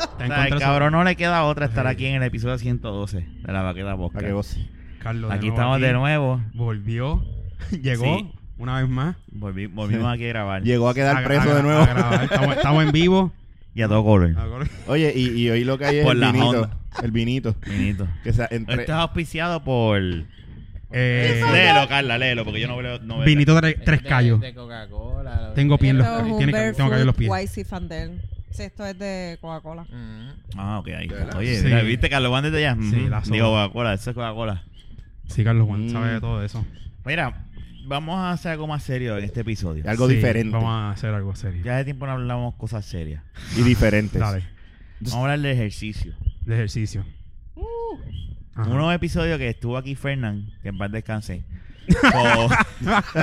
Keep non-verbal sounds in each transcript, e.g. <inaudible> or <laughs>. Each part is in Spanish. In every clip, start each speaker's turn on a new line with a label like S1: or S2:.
S1: está
S2: O
S1: en
S2: sea, el
S1: contra de su-
S2: cabrón no le queda otra estar
S1: Sí.
S2: aquí en el episodio 112 de la vaqueta Podcast.
S3: Para que goce.
S1: Carlos,
S2: Aquí estamos de nuevo.
S1: Volvió, <laughs> llegó
S2: Sí.
S1: una vez más.
S2: Volvi- volvimos aquí a grabar.
S3: Llegó a quedar
S1: A-
S3: preso
S1: a-
S3: de
S1: a
S3: nuevo.
S1: grabar. estamos, estamos en vivo.
S2: Y a todo color.
S3: <laughs> Oye, y, y hoy lo que hay es
S2: Por
S3: el
S2: la
S3: vinito.
S2: Honda.
S3: El vinito.
S2: Minito.
S3: Que sea entre...
S2: Esto Este es auspiciado por...
S1: Eh,
S2: Léelo, Carla, léelo, porque yo no veo... No veo
S1: vinito tre- tres
S4: de-
S1: callos.
S4: De Coca-Cola. lo-
S1: Tengo pie en los
S5: Esto es
S1: callos.
S5: un
S1: Tiene callos, tengo callos en los pies.
S5: Barefoot YC Fandel. Sí, esto es de Coca-Cola.
S4: Mm.
S2: Ah, ok, ahí.
S3: ¿De verdad?
S2: Oye,
S1: Sí.
S2: ¿la ¿viste Carlos Juan desde allá?
S1: Sí, la soda.
S2: Digo, Coca-Cola, eso es Coca-Cola.
S1: Sí, Carlos Juan
S3: Mm.
S1: sabe de todo eso.
S2: Mira, vamos a hacer algo más serio en este episodio.
S3: Algo
S1: Sí,
S3: diferente.
S1: Vamos a hacer algo serio.
S2: Ya hace tiempo no hablamos cosas serias.
S3: Y diferentes.
S1: Dale.
S2: Vamos a hablar de ejercicio.
S1: De ejercicio.
S3: Uh.
S1: Ajá.
S2: Un nuevo episodio que estuvo aquí Fernán, que en paz
S3: <laughs>
S2: descanse. So- mentira. <laughs>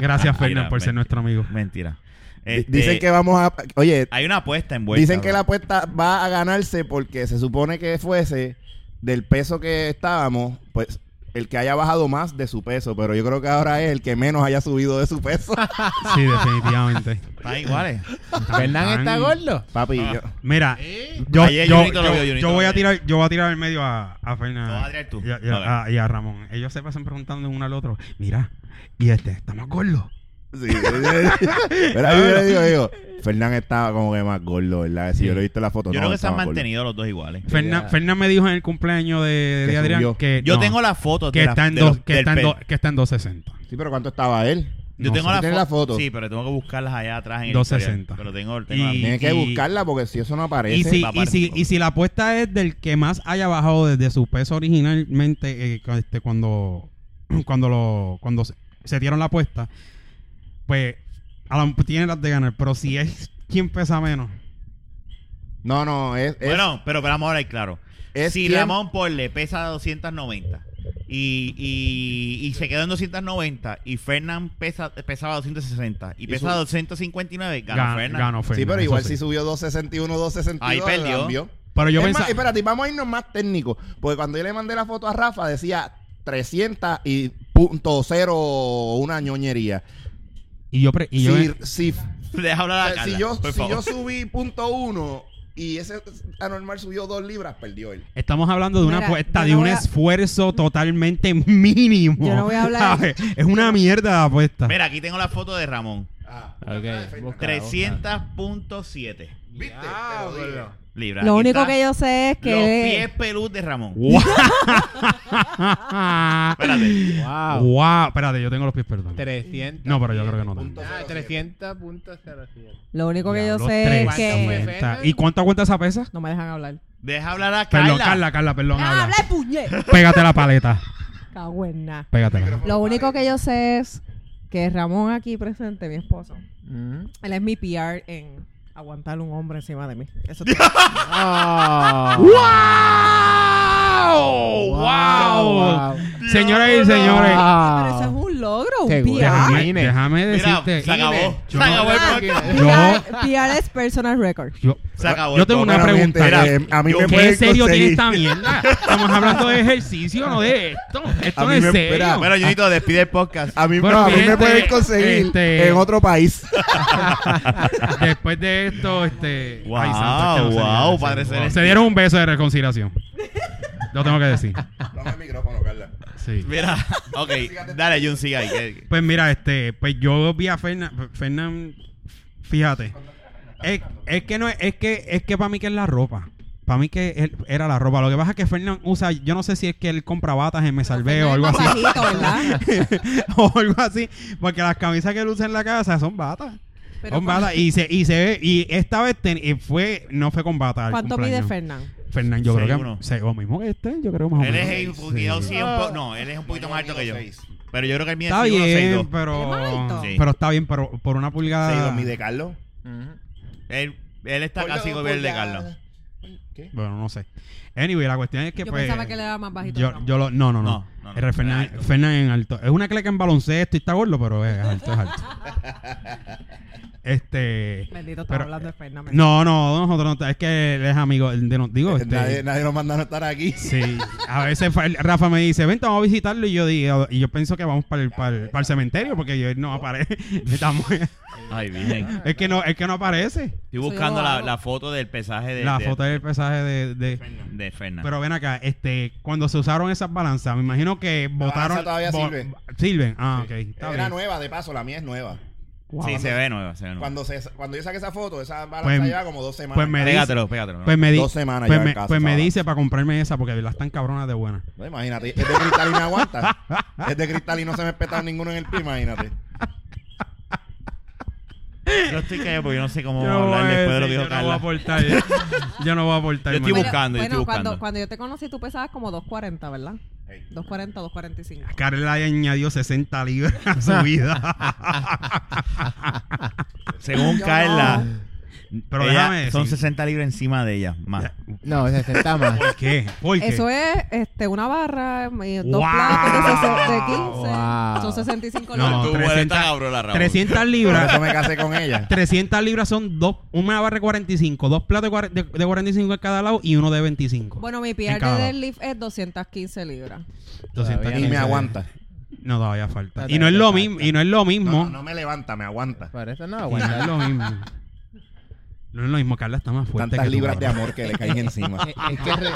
S1: Gracias,
S2: Mira,
S1: Fernan, por ser
S2: ven.
S1: nuestro
S2: <laughs>
S1: amigo.
S2: Mentira.
S3: Di-
S2: Este,
S3: Dicen que vamos a... Oye,
S2: Hay una apuesta envuelta.
S3: dicen que
S2: bro.
S3: la apuesta va a ganarse porque se supone que fuese del peso que estábamos, pues el que haya bajado más de su peso, pero yo creo que ahora es el que menos haya subido de
S2: <laughs>
S3: su peso.
S1: Sí, definitivamente.
S3: <laughs>
S2: Están iguales.
S4: ¿Fernán está
S1: Tan-
S4: gordo?
S3: Papi, yo...
S1: Mira,
S3: ¿Eh?
S1: yo,
S2: Ayer
S1: yo-
S2: Junito lo vio,
S1: yo-
S2: Junito
S1: yo
S2: lo
S1: voy a
S2: vio.
S1: tirar, yo voy a tirar el medio a, a Fernan
S2: Lo vas a tirar tú.
S1: Y a, y
S2: Dale.
S1: a- a- y a Ramón. Ellos se pasan preguntando uno al otro. Mira, y este, está más gordo.
S3: <laughs> Sí. pero a mí yo le digo, digo, Fernán estaba como que más gordo, ¿verdad? Si
S1: Sí.
S3: yo le he visto la foto,
S2: Yo
S3: no,
S2: creo que se
S3: estaba
S2: han
S3: más gordo.
S2: mantenido los dos iguales.
S1: Fernan, Fernan me dijo en el cumpleaños de, de
S3: Que
S1: Adrián
S3: subió.
S1: que
S2: Yo
S1: no,
S2: tengo las fotos
S1: que
S2: de la-
S1: está en
S2: de los-
S1: dos- que
S2: del E
S1: está en
S2: pe-
S1: dos- que está en 260.
S3: Sí, pero ¿cuánto estaba él?
S2: Yo
S1: No
S2: tengo
S3: sé.
S2: la,
S3: ¿Tienes
S2: fo-
S3: la foto?
S2: Sí, pero tengo que buscarlas allá atrás en el
S1: 260.
S2: historial. Pero tengo, tengo la-
S1: Y-
S3: Tienes que buscarla porque si eso no aparece...
S1: Y si, y,
S2: Papá, E
S1: si,
S2: por
S1: y si la apuesta es del que más haya bajado desde su peso originalmente eh, cu- este, cuando, <clears throat> cuando, lo, cuando se, se dieron la apuesta, pues a lo- tiene las de ganar. Pero si es quien pesa menos,
S3: No, no, es... es-
S2: Bueno, pero, pero vamos a hablar claro.
S3: es
S2: si
S3: quien-
S2: Ramón Porle pesa 290 y, y, y se quedó en 290 y Fernán pesa, pesaba 260 y,
S3: Y
S2: pesa
S3: su-
S2: 259, ganó
S1: gan-
S2: Fernán.
S1: ganó
S3: Sí,
S1: Fernan,
S3: pero
S1: eso
S3: igual
S1: sí.
S3: si subió 261, 262...
S2: Ahí perdió.
S3: cambió.
S1: Pero yo
S3: Es
S1: pensaba.
S3: más, espérate, vamos a irnos más técnicos. Porque cuando yo le mandé la foto a Rafa, decía 300 y punto cero una ñoñería.
S1: Y yo. pre- y
S3: si,
S1: yo-
S3: si-
S2: <laughs> Deja hablar a
S3: o sea, Eh, si
S2: Carla,
S3: yo,
S2: por
S3: si
S2: favor.
S3: yo subí punto uno y ese anormal subió dos libras, perdió él.
S1: Estamos hablando de una
S5: Mira,
S1: apuesta,
S5: yo
S1: de
S5: no
S1: un
S5: voy a-
S1: esfuerzo totalmente mínimo.
S5: Yo no voy a hablar.
S1: <laughs> ¿Sabes? Es una mierda la apuesta.
S2: Mira, aquí tengo la foto de Ramón.
S3: Ah,
S4: Ok. busca,
S2: 300.7
S3: ¿Viste?
S4: Ah,
S3: Te lo dije.
S4: bueno.
S2: libras.
S5: Lo
S2: Aquí
S5: único
S2: está
S5: que yo sé es
S2: Los
S5: que
S2: pies pelús de Ramón.
S1: Ah,
S2: Espérate.
S4: busca. Wow.
S1: wow, espérate, yo tengo los pies, perdón.
S4: 300.
S1: No, pero yo creo que no tanto.
S4: Ah, 300.07.
S5: lo único que yo
S1: Diablo,
S5: sé es
S1: 300.
S5: que
S4: ¿Cuánto fue?
S1: ¿Y cuánto aguanta esa pesa?
S5: no me dejan hablar.
S2: Deja hablar a
S1: Perdón,
S2: Carla.
S1: Carla, Carla, perdón. habla.
S5: ¡Habla, puñet!
S1: Pégate la paleta.
S5: Cago en nada.
S1: Pégatela.
S5: Lo único que yo sé es que Ramón aquí presente, mi esposo,
S4: Mm.
S5: él es mi PR en aguantar un hombre encima de mí.
S1: <laughs>
S5: Eso
S1: ¡Wow! ¡Wow! Señoras y señores,
S5: Pero eso es un logro, un
S4: Seguro.
S5: PR.
S1: déjame, Ah, déjame
S2: Mira,
S1: decirte.
S2: se acabó.
S4: Dime.
S2: Se acabó el
S5: Ah,
S2: podcast.
S5: PR, PR es personal record.
S1: Yo,
S2: Se acabó
S1: yo
S2: el
S1: tengo
S2: podcast.
S1: una
S3: Bueno,
S1: pregunta.
S3: gente,
S2: Mira,
S3: eh, a mí
S2: yo-
S3: me
S1: ¿Qué
S3: pueden
S1: serio tiene
S3: conseguir-
S1: esta mierda? Estamos hablando de ejercicio, no de esto.
S3: A
S1: Esto no
S3: mí
S1: es
S3: me-
S1: serio.
S2: Bueno, Junito, despide el podcast.
S3: A mí,
S1: Bueno,
S3: no, a mí
S1: gente,
S3: me pueden conseguir
S1: este-
S3: en
S1: <laughs>
S3: otro país.
S1: Después de esto, este.
S2: Wow,
S1: es que no se
S2: wow,
S1: dieron,
S2: Padre
S1: se-
S2: Celestial.
S1: Se dieron un beso de reconciliación. Lo tengo que decir.
S3: Dame el micrófono, Carla.
S1: Sí.
S2: Mira, ok, dale, Jun, sigue ahí. que-
S1: Pues mira, este, pues yo vi a Fernan, Fernan fíjate. Es, es que no es, es que es que para mí que es la ropa. Para mí que él- era la ropa. Lo que pasa es que Fernan usa, yo no sé si es que él compra batas en Me Salvé o algo así.
S5: Bajito,
S1: <laughs>
S5: ¿verdad?
S1: o algo así, porque las camisas que él usa en la casa son batas.
S5: Pero
S1: Son batas y se y se ve y esta vez ten- y fue no fue con bata al
S5: ¿Cuánto
S1: cumpleaños.
S5: pide Fernán?
S1: Fernan, yo creo
S2: 6'1".
S1: que se- lo mismo que este, yo creo más o
S2: Él
S1: menos.
S2: es un poquito, sí, un po- no, él es un poquito más alto que yo. Pero yo creo que el mío
S1: Ah. Está
S2: es
S1: bien,
S2: 1.62.
S1: pero
S5: alto?
S2: Sí.
S1: pero está bien, pero por una
S3: ¿Se
S1: pulgada
S3: mi de Carlos?
S4: Mm.
S2: Él, él está
S3: Ponle
S2: casi
S3: dos
S2: con el de
S3: pulgadas.
S2: Carlos.
S3: ¿Qué?
S1: Bueno, no sé. Anyway, la cuestión es que
S5: yo
S1: pues.
S5: pensaba que le daba más bajito.
S1: yo,
S5: el
S1: yo lo, no,
S2: No,
S1: no, no.
S2: no, no.
S1: R. Fernan-
S2: Alto.
S1: Fernan en alto. Es una cleca en baloncesto y está gordo, pero es alto, es alto. este.
S5: ramo. Bendito, estaba
S1: pero-
S5: hablando de Fernández.
S1: No, no, nosotros no. Es que él es amigo de nos digo. Este,
S3: Eh, Nadie, nadie nos manda a no estar aquí.
S1: Sí, <laughs> a veces fa- Rafa me dice, vente, vamos a visitarlo. Y yo digo, y yo pienso que vamos para el, para el, para el cementerio porque yo, él no aparece. <laughs> Estamos-
S6: Ay, bien.
S1: es, que no, es que no aparece
S2: Estoy
S5: Eso yo
S2: buscando
S5: lo
S2: la,
S5: hago.
S2: la foto del pesaje de,
S1: la
S2: de-
S1: foto del pesaje de. de-
S2: de Fernan.
S1: Pero ven acá, este, cuando se usaron esas balanzas, me imagino que votaron.
S3: balanza todavía
S1: vo-
S3: sirve.
S1: Sirven, ah, ok. Está
S3: Era
S1: bien.
S3: nueva, de paso, la mía es nueva.
S1: Wow.
S2: sí, se ve nueva, se ve nueva.
S3: Cuando, se, cuando yo saqué esa foto, esa balanza
S1: Pues-
S3: lleva como dos semanas.
S1: pues me dice-
S2: Pégatelo, pégatelo.
S1: Pues me, di-
S3: Dos semanas
S1: pues
S3: ya
S1: me,
S3: en casa,
S1: pues me
S3: esa
S1: dice para comprarme esa porque las están cabronas de buenas.
S3: No, imagínate, es de cristal y me aguanta. es de cristal y no se me espeta ninguno en el pie, imagínate.
S2: yo estoy callado porque yo no sé cómo
S1: Yo no voy a
S2: hablar después de lo que
S1: decir,
S2: dijo
S1: yo no voy a
S2: Carla.
S1: aportar. yo no voy a aportar.
S2: Yo estoy
S1: mano.
S5: Bueno,
S2: buscando, yo estoy
S5: bueno, cuando,
S2: buscando.
S5: cuando yo te conocí, tú pesabas como 240, ¿verdad? 240, 245.
S1: Carla le añadió 60 libras a su vida.
S2: Según
S5: Yo
S2: Carla,
S1: Pero
S2: ella-
S1: déjame
S2: son
S1: decir.
S2: 60 libras encima de ella. Más.
S4: No, 60 más.
S1: ¿Por qué? ¿Por qué?
S5: Eso es este, una barra, y dos
S1: ¡Wow!
S5: platos de, 15,
S4: ¡Wow!
S5: son 65
S1: No,
S5: libras.
S1: Tú, bueno, 300 está 300
S3: Por eso
S1: libras.
S3: me casé con ella.
S1: Este, 300 libras son dos, una barra de 45, dos platos de cuare- de, de 45 en cada lado y uno de 25.
S5: Bueno, mi
S1: En
S5: PR
S1: cada
S5: del Leaf es 215 libras.
S1: 200
S4: todavía
S3: Y me
S1: libras.
S3: aguanta.
S1: No, todavía falta. Y
S4: Todavía
S1: no es lo
S4: falta.
S1: mismo, y no es lo
S3: No,
S1: mismo.
S3: no, no me levanta, me aguanta.
S4: Para eso no
S1: Y no es
S3: <laughs>
S4: aguanta.
S1: lo mismo. No es lo mismo, Carla está más fuerte
S3: Tantas
S1: que tú,
S3: libras de
S1: cabrón.
S3: amor que le
S1: <laughs>
S3: caen encima.
S4: Es, es que re-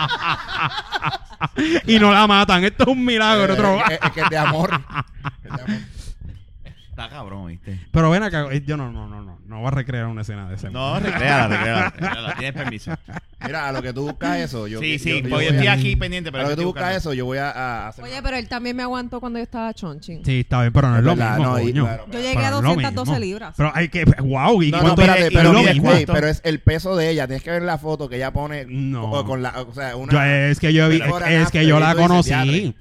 S1: Y no la matan, esto es un milagro, Ah, otro.
S3: Eh, es, es que es de amor. Es de amor.
S2: Está cabrón, ¿viste?
S1: <laughs> Pero ven acá, eh, yo no, no, no, no, no voy a recrear una escena de ese.
S2: No, recréala, recréala, recréala. Tienes permiso.
S3: Mira, a lo que tú buscas eso, yo
S2: sí,
S3: yo-
S2: sí,
S3: yo- yo
S2: porque
S3: voy
S2: estoy
S3: a-
S2: aquí pendiente.
S3: A
S2: Pero
S3: lo que
S2: estoy
S3: tú buscas
S2: buscando.
S3: eso, yo voy a, a hacer
S5: Oye, pero él también me aguantó cuando yo estaba chonching.
S1: Sí, está bien, pero no es lo
S3: ¿Verdad?
S1: mismo,
S3: No, y-
S1: coño.
S3: claro.
S5: Yo llegué a
S1: Pero no es lo
S5: 212
S1: mismo.
S5: libras.
S1: Pero hay que. ¡Wow! ¿Y
S3: No, no,
S1: cuánto
S2: mira,
S3: espérate,
S2: y
S3: pero,
S1: lo
S3: mira,
S1: mismo?
S3: ey, pero es el peso de ella. Tienes que ver la foto que ella pone
S1: No.
S3: o- con la, o sea, una
S1: Yo- eh, es que yo vi-
S3: Pero ahora
S1: es
S3: after,
S1: que yo
S3: y
S1: la
S3: tú dices,
S1: conocí.
S3: "Diadre".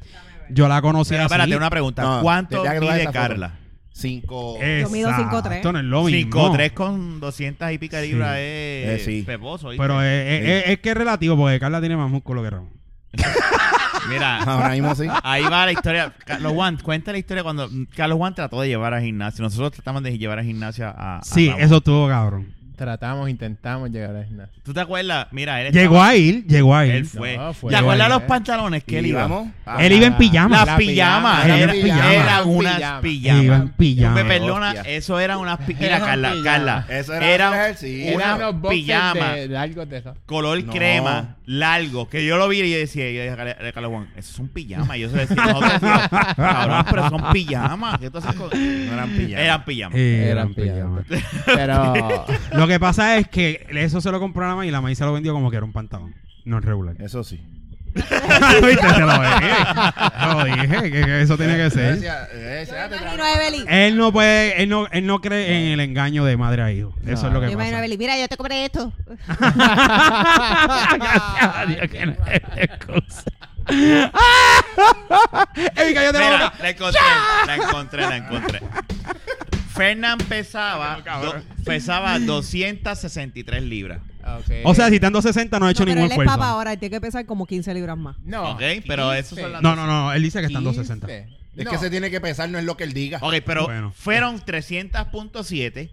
S1: Yo la conocí
S2: Pero
S1: así.
S2: espérate, una pregunta.
S3: No,
S2: ¿Cuánto
S3: tendría que tomar
S2: mide
S3: esa foto.
S2: Carla?
S3: cinco.
S1: eh.
S5: Yo mido
S1: Exacto,
S5: 5'3".
S1: no es lo mismo.
S2: 5'3 con 200 y pica
S1: Sí.
S2: libras
S3: Eh,
S2: es
S3: sí.
S2: peposo. ¿viste?
S1: Pero es, es- es- es que es relativo porque Carla tiene más músculo que Ramón.
S3: <laughs>
S2: Mira,
S3: Ahora mismo
S1: <laughs>
S3: sí.
S2: ahí va la historia. Carlos Juan, cuenta la historia cuando Carlos Juan trató de llevar a gimnasia. Nosotros tratamos de llevar a gimnasia a. a
S3: Ah,
S1: Sí,
S2: Raúl.
S1: eso estuvo cabrón.
S4: tratamos, intentamos llegar a la gimnasia.
S2: ¿Tú te acuerdas? Mira, él
S1: Llegó
S2: estaba-
S1: a ir, llegó a ir.
S2: Él fue.
S4: No, fue.
S2: ¿Te acuerdas
S4: Llegó
S2: los
S4: ahí.
S2: pantalones que él
S3: Y
S2: iba?
S3: vamos a-
S1: Ah, Él iba en pijama.
S2: Las pijamas.
S1: Era
S2: Era-
S1: pijama.
S2: Eran unas
S4: Pijama.
S1: Él iba
S2: pijamas.
S1: en
S2: Yo
S1: pijama.
S2: me perdona,
S4: Hostia.
S2: eso era unas pijamas.
S4: Eran
S2: Carla,
S4: pijamas.
S2: Carla.
S3: Eso era un ejercicio.
S4: Eran
S2: una
S4: unos boxers
S2: pijama
S4: de largos de esos.
S2: color
S3: No.
S2: crema, largo, que yo lo vi y yo decía, yo dije a Carla- a Carla Juan, eso es un pijama. Y yo se lo decía, nosotros decíamos, cabrón, pero son pijamas. ¿Qué tú haces con-
S3: No eran pijamas. Eh.
S2: Eran pijamas.
S1: Eran
S4: Eran
S1: pijama.
S4: pijamas. Pero
S1: Lo que pasa es que eso se lo compró la mamá y la mamá se lo vendió como que era un pantalón. No es
S3: <laughs>
S1: regular.
S3: Eso sí.
S1: ¿Viste? Se lo dije. Se lo dije, que- que eso tiene que
S3: Yo
S1: ser.
S3: decía, eh,
S5: Yo
S3: espérate,
S5: me
S3: tra-
S5: imagino a Evelyn.
S1: Él no puede, él no, él no cree en el engaño de madre a hijo. Eso es lo
S5: Yo
S1: que
S5: me imagino a
S1: pasa. <laughs>
S5: Evelyn. Mira, yo te compré esto.
S1: Gracias a Dios que no es <laughs> excusa. Ey, cállate la
S2: Mira,
S1: boca.
S2: la encontré, la encontré, la encontré. Fernán pesaba, do- pesaba 263 libras.
S4: okay.
S1: O sea, si están 260 no ha hecho
S5: no, pero
S1: ningún
S5: él es papá
S1: esfuerzo.
S5: ahora, él tiene que pesar como 15 libras más.
S4: no.
S2: Ok, pero eso son las-
S1: No, no, no, él dice que están
S4: 260.
S1: 260.
S3: Es que se tiene que pesar, no es lo que él diga.
S2: Ok, pero
S1: Bueno.
S2: fueron 300.7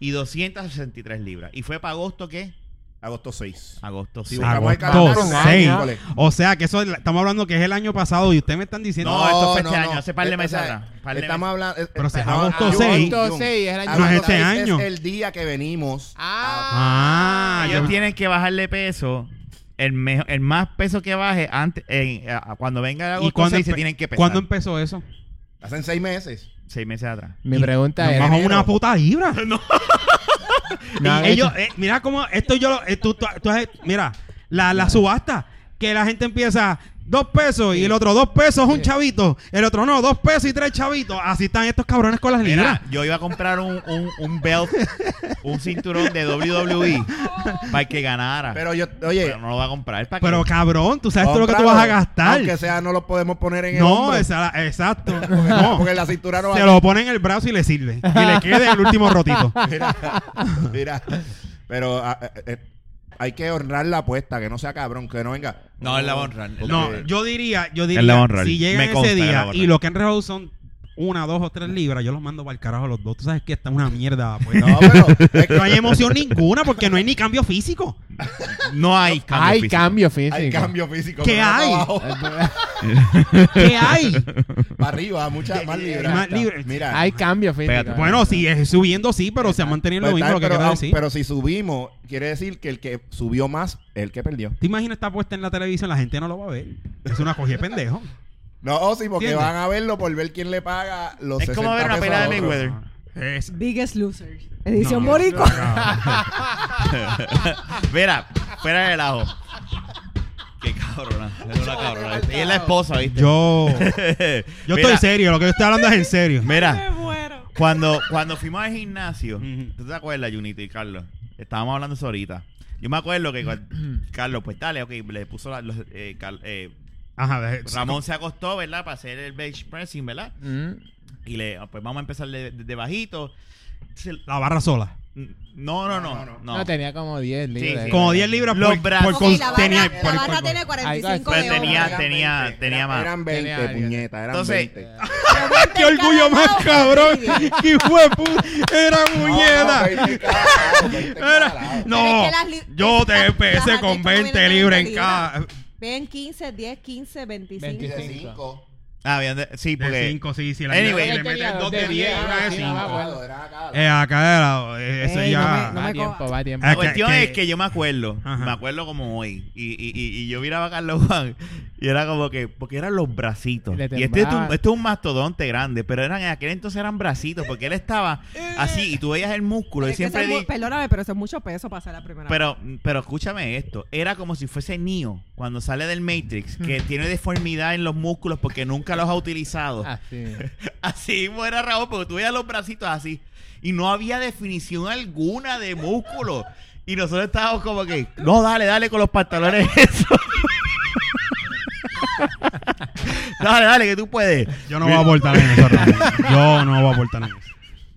S2: y 263 libras. ¿Y fue para agosto qué?
S3: Agosto 6.
S2: Agosto
S3: Sí,
S2: 6.
S3: buscamos el
S1: Agosto
S3: calendario,
S4: seis.
S1: seis.
S3: miércoles.
S1: O sea, que eso es la- estamos hablando que es el año pasado y ustedes me están diciendo.
S2: No, esto fue este año, hace par de
S3: Eh, o
S2: meses
S3: sea,
S2: atrás, par de
S3: Estamos hablando. eh,
S1: Pero si es
S3: no,
S1: agosto
S3: Jun,
S1: seis.
S4: Agosto
S3: Jun,
S4: seis es el año
S1: pasado.
S3: agosto
S1: No es este
S3: seis
S1: año.
S3: Es el día que venimos.
S1: Ah,
S2: Ellos
S1: yo,
S2: tienen que bajarle peso. El, mejo- el más peso que baje antes, en- a- a- cuando venga el
S1: ¿Y
S2: agosto
S1: cuándo,
S2: 6 se
S1: empe-
S2: tienen que pesar.
S1: cuándo empezó eso?
S3: Hacen seis meses.
S2: Seis meses atrás.
S4: Mi pregunta
S1: Nos
S4: es.
S1: bajó una puta libra.
S4: No han
S1: Y ellos,
S4: hecho-
S1: eh, mira cómo esto yo lo. eh, tú- tú- tú has- mira, la, la subasta. Que la gente empieza dos pesos y el otro dos pesos un chavito. El otro no, dos pesos y tres chavitos. Así están estos cabrones con las libras.
S2: Mira, yo iba a comprar un, un, un belt, un cinturón de WWE para el que
S1: Ah.
S2: ganara. Pero, eh,
S3: Pero yo, oye,
S2: no lo va a comprar. ¿para qué?
S1: Pero cabrón, tú sabes todo lo que tú
S3: cómpralo,
S1: vas a gastar.
S3: Aunque sea, no lo podemos poner en el
S1: No,
S3: hombro,
S1: esa- exacto. No,
S3: Porque la cintura no va
S1: se lo pone en el brazo y le sirve.
S2: <laughs>
S1: Y le queda el último rotito.
S3: Mira, mira, pero ah, eh, eh, hay que honrar la apuesta, que no sea cabrón, que no venga.
S2: No, él la va a honrar. Él
S1: No,
S2: Porque-
S1: yo diría, yo
S2: Él la va a
S1: diría,
S2: honrar.
S1: si
S2: Me
S1: llegan
S2: consta
S1: ese
S2: que la va a
S1: día
S2: honrar.
S1: y lo que han rebajado son una, dos o tres libras, yo los mando para el carajo los dos. Tú sabes que esta es una mierda. Pues.
S3: No,
S1: No,
S3: pero es que
S1: no hay emoción ninguna porque no hay ni cambio físico.
S2: No hay cambio.
S4: Hay
S2: físico.
S4: cambio físico.
S3: hay cambio físico.
S1: ¿Qué
S3: pero no
S1: hay?
S3: para abajo,
S1: ¿Qué hay?
S3: Para arriba, muchas más libras.
S1: Más libras.
S3: Mira,
S4: Hay cambio físico.
S2: Espérate.
S1: Bueno, si es subiendo sí, pero se ha mantenido lo
S3: pues,
S1: mismo
S3: tal,
S1: lo que
S3: pero,
S1: quiero
S3: ah,
S1: decir.
S3: pero si subimos, quiere decir que el que subió más, el que perdió.
S1: ¿Te imaginas está puesta en la televisión? La gente no lo va a ver. Es una cogida de pendejo.
S3: No, o sí, porque
S1: ¿Entiendes?
S3: van a verlo por ver quién le paga los
S2: Es
S3: 60
S2: como ver una
S3: pesos
S2: pelea de
S3: al otro.
S2: Mayweather.
S1: Es...
S5: Biggest Loser. Edición
S1: no,
S5: Boricua.
S2: Mira, fuera del ajo. Qué cabrona. Es una cabrona. ¿viste? Y es la esposa, ¿viste?
S1: Yo, yo
S2: <laughs> Mira,
S1: estoy serio. Lo que yo estoy hablando es en serio.
S5: Me
S2: Mira,
S5: muero.
S2: cuando, cuando fuimos al gimnasio,
S1: Ujú.
S2: ¿tú te acuerdas, Junito y Carlos? Estábamos hablando eso ahorita. Yo me acuerdo que cuando- Carlos, pues dale, ok, le puso la, los, eh, Car- eh,
S1: Ajá, de-
S2: Ramón se acostó, ¿verdad? Para hacer el bench pressing, ¿verdad?
S4: Mm.
S2: Y le, ah, pues vamos a empezar de, de- de bajito. Se-
S1: la barra sola.
S2: No, no, no, no.
S4: No, tenía como 10 libras.
S2: sí.
S1: Como 10 libras
S2: Los
S1: por,
S2: brazos.
S1: por
S2: Ok,
S1: cons-
S5: la barra,
S1: tenía-
S5: la
S1: por-
S5: barra
S1: por-
S5: tiene 45
S4: Pero
S5: de
S2: tenía-
S5: oro.
S2: tenía- tenía
S3: eran-
S2: más.
S3: Eran 20,
S4: Tenía algo.
S3: puñeta, eran
S2: Entonces,
S3: 20.
S1: ¡Qué orgullo
S5: <laughs>
S1: más cabrón! ¡Qué fue ¡Era
S3: No,
S1: muñeca!
S3: 20 cada lado, 20 cada
S1: Era-
S3: lado.
S1: No,
S5: Pero es que las li-
S1: yo te
S5: las-
S1: empecé
S5: las
S1: con
S5: adictas no
S1: 20
S5: vienen
S1: libras en
S5: 20
S1: cada...
S5: Ven 15, 10, 15, 25.
S3: 15
S4: 25.
S3: de cinco.
S2: Ah, bien, de- sí, porque.
S1: De 5, sí, sí. La
S2: Anyway,
S1: le
S4: le
S1: meten
S4: metes
S1: 2 de 10 y una de
S4: sí,
S1: 5.
S4: abajo.
S3: Cada, era cada.
S1: Eh, acá era... eh, Eso
S5: Ey,
S1: ya...
S5: no me- no
S4: Va
S5: me
S4: tiempo,
S5: cojas.
S4: va tiempo.
S1: Ah,
S2: La
S1: que-
S2: cuestión
S1: que-
S2: es que yo me acuerdo,
S1: Ajá.
S2: me acuerdo como hoy, y, y, y, y yo miraba a Carlos Juan, y era como que, porque eran los bracitos.
S4: Le
S2: Y este es, un,
S4: temblaba.
S2: este es un mastodonte grande, pero eran en aquel entonces eran bracitos, porque él estaba así, y tú veías el músculo, y
S5: Es que
S2: siempre
S5: eso es mu-
S2: di-
S5: Perdóname, pero eso es mucho peso para hacer la primera vez.
S2: Pero, pero escúchame esto, era como si fuese Neo cuando sale del Matrix, que tiene deformidad en los músculos porque nunca los ha utilizado.
S4: Ah, sí.
S2: Así mismo era Raúl, porque tú veías los bracitos así y no había definición alguna de músculo. Y nosotros estábamos como que, no, dale, dale con los pantalones <laughs> eso. dale, dale, que tú puedes.
S1: Yo no voy a aportar en eso, Ramón. Yo no voy a aportar en eso.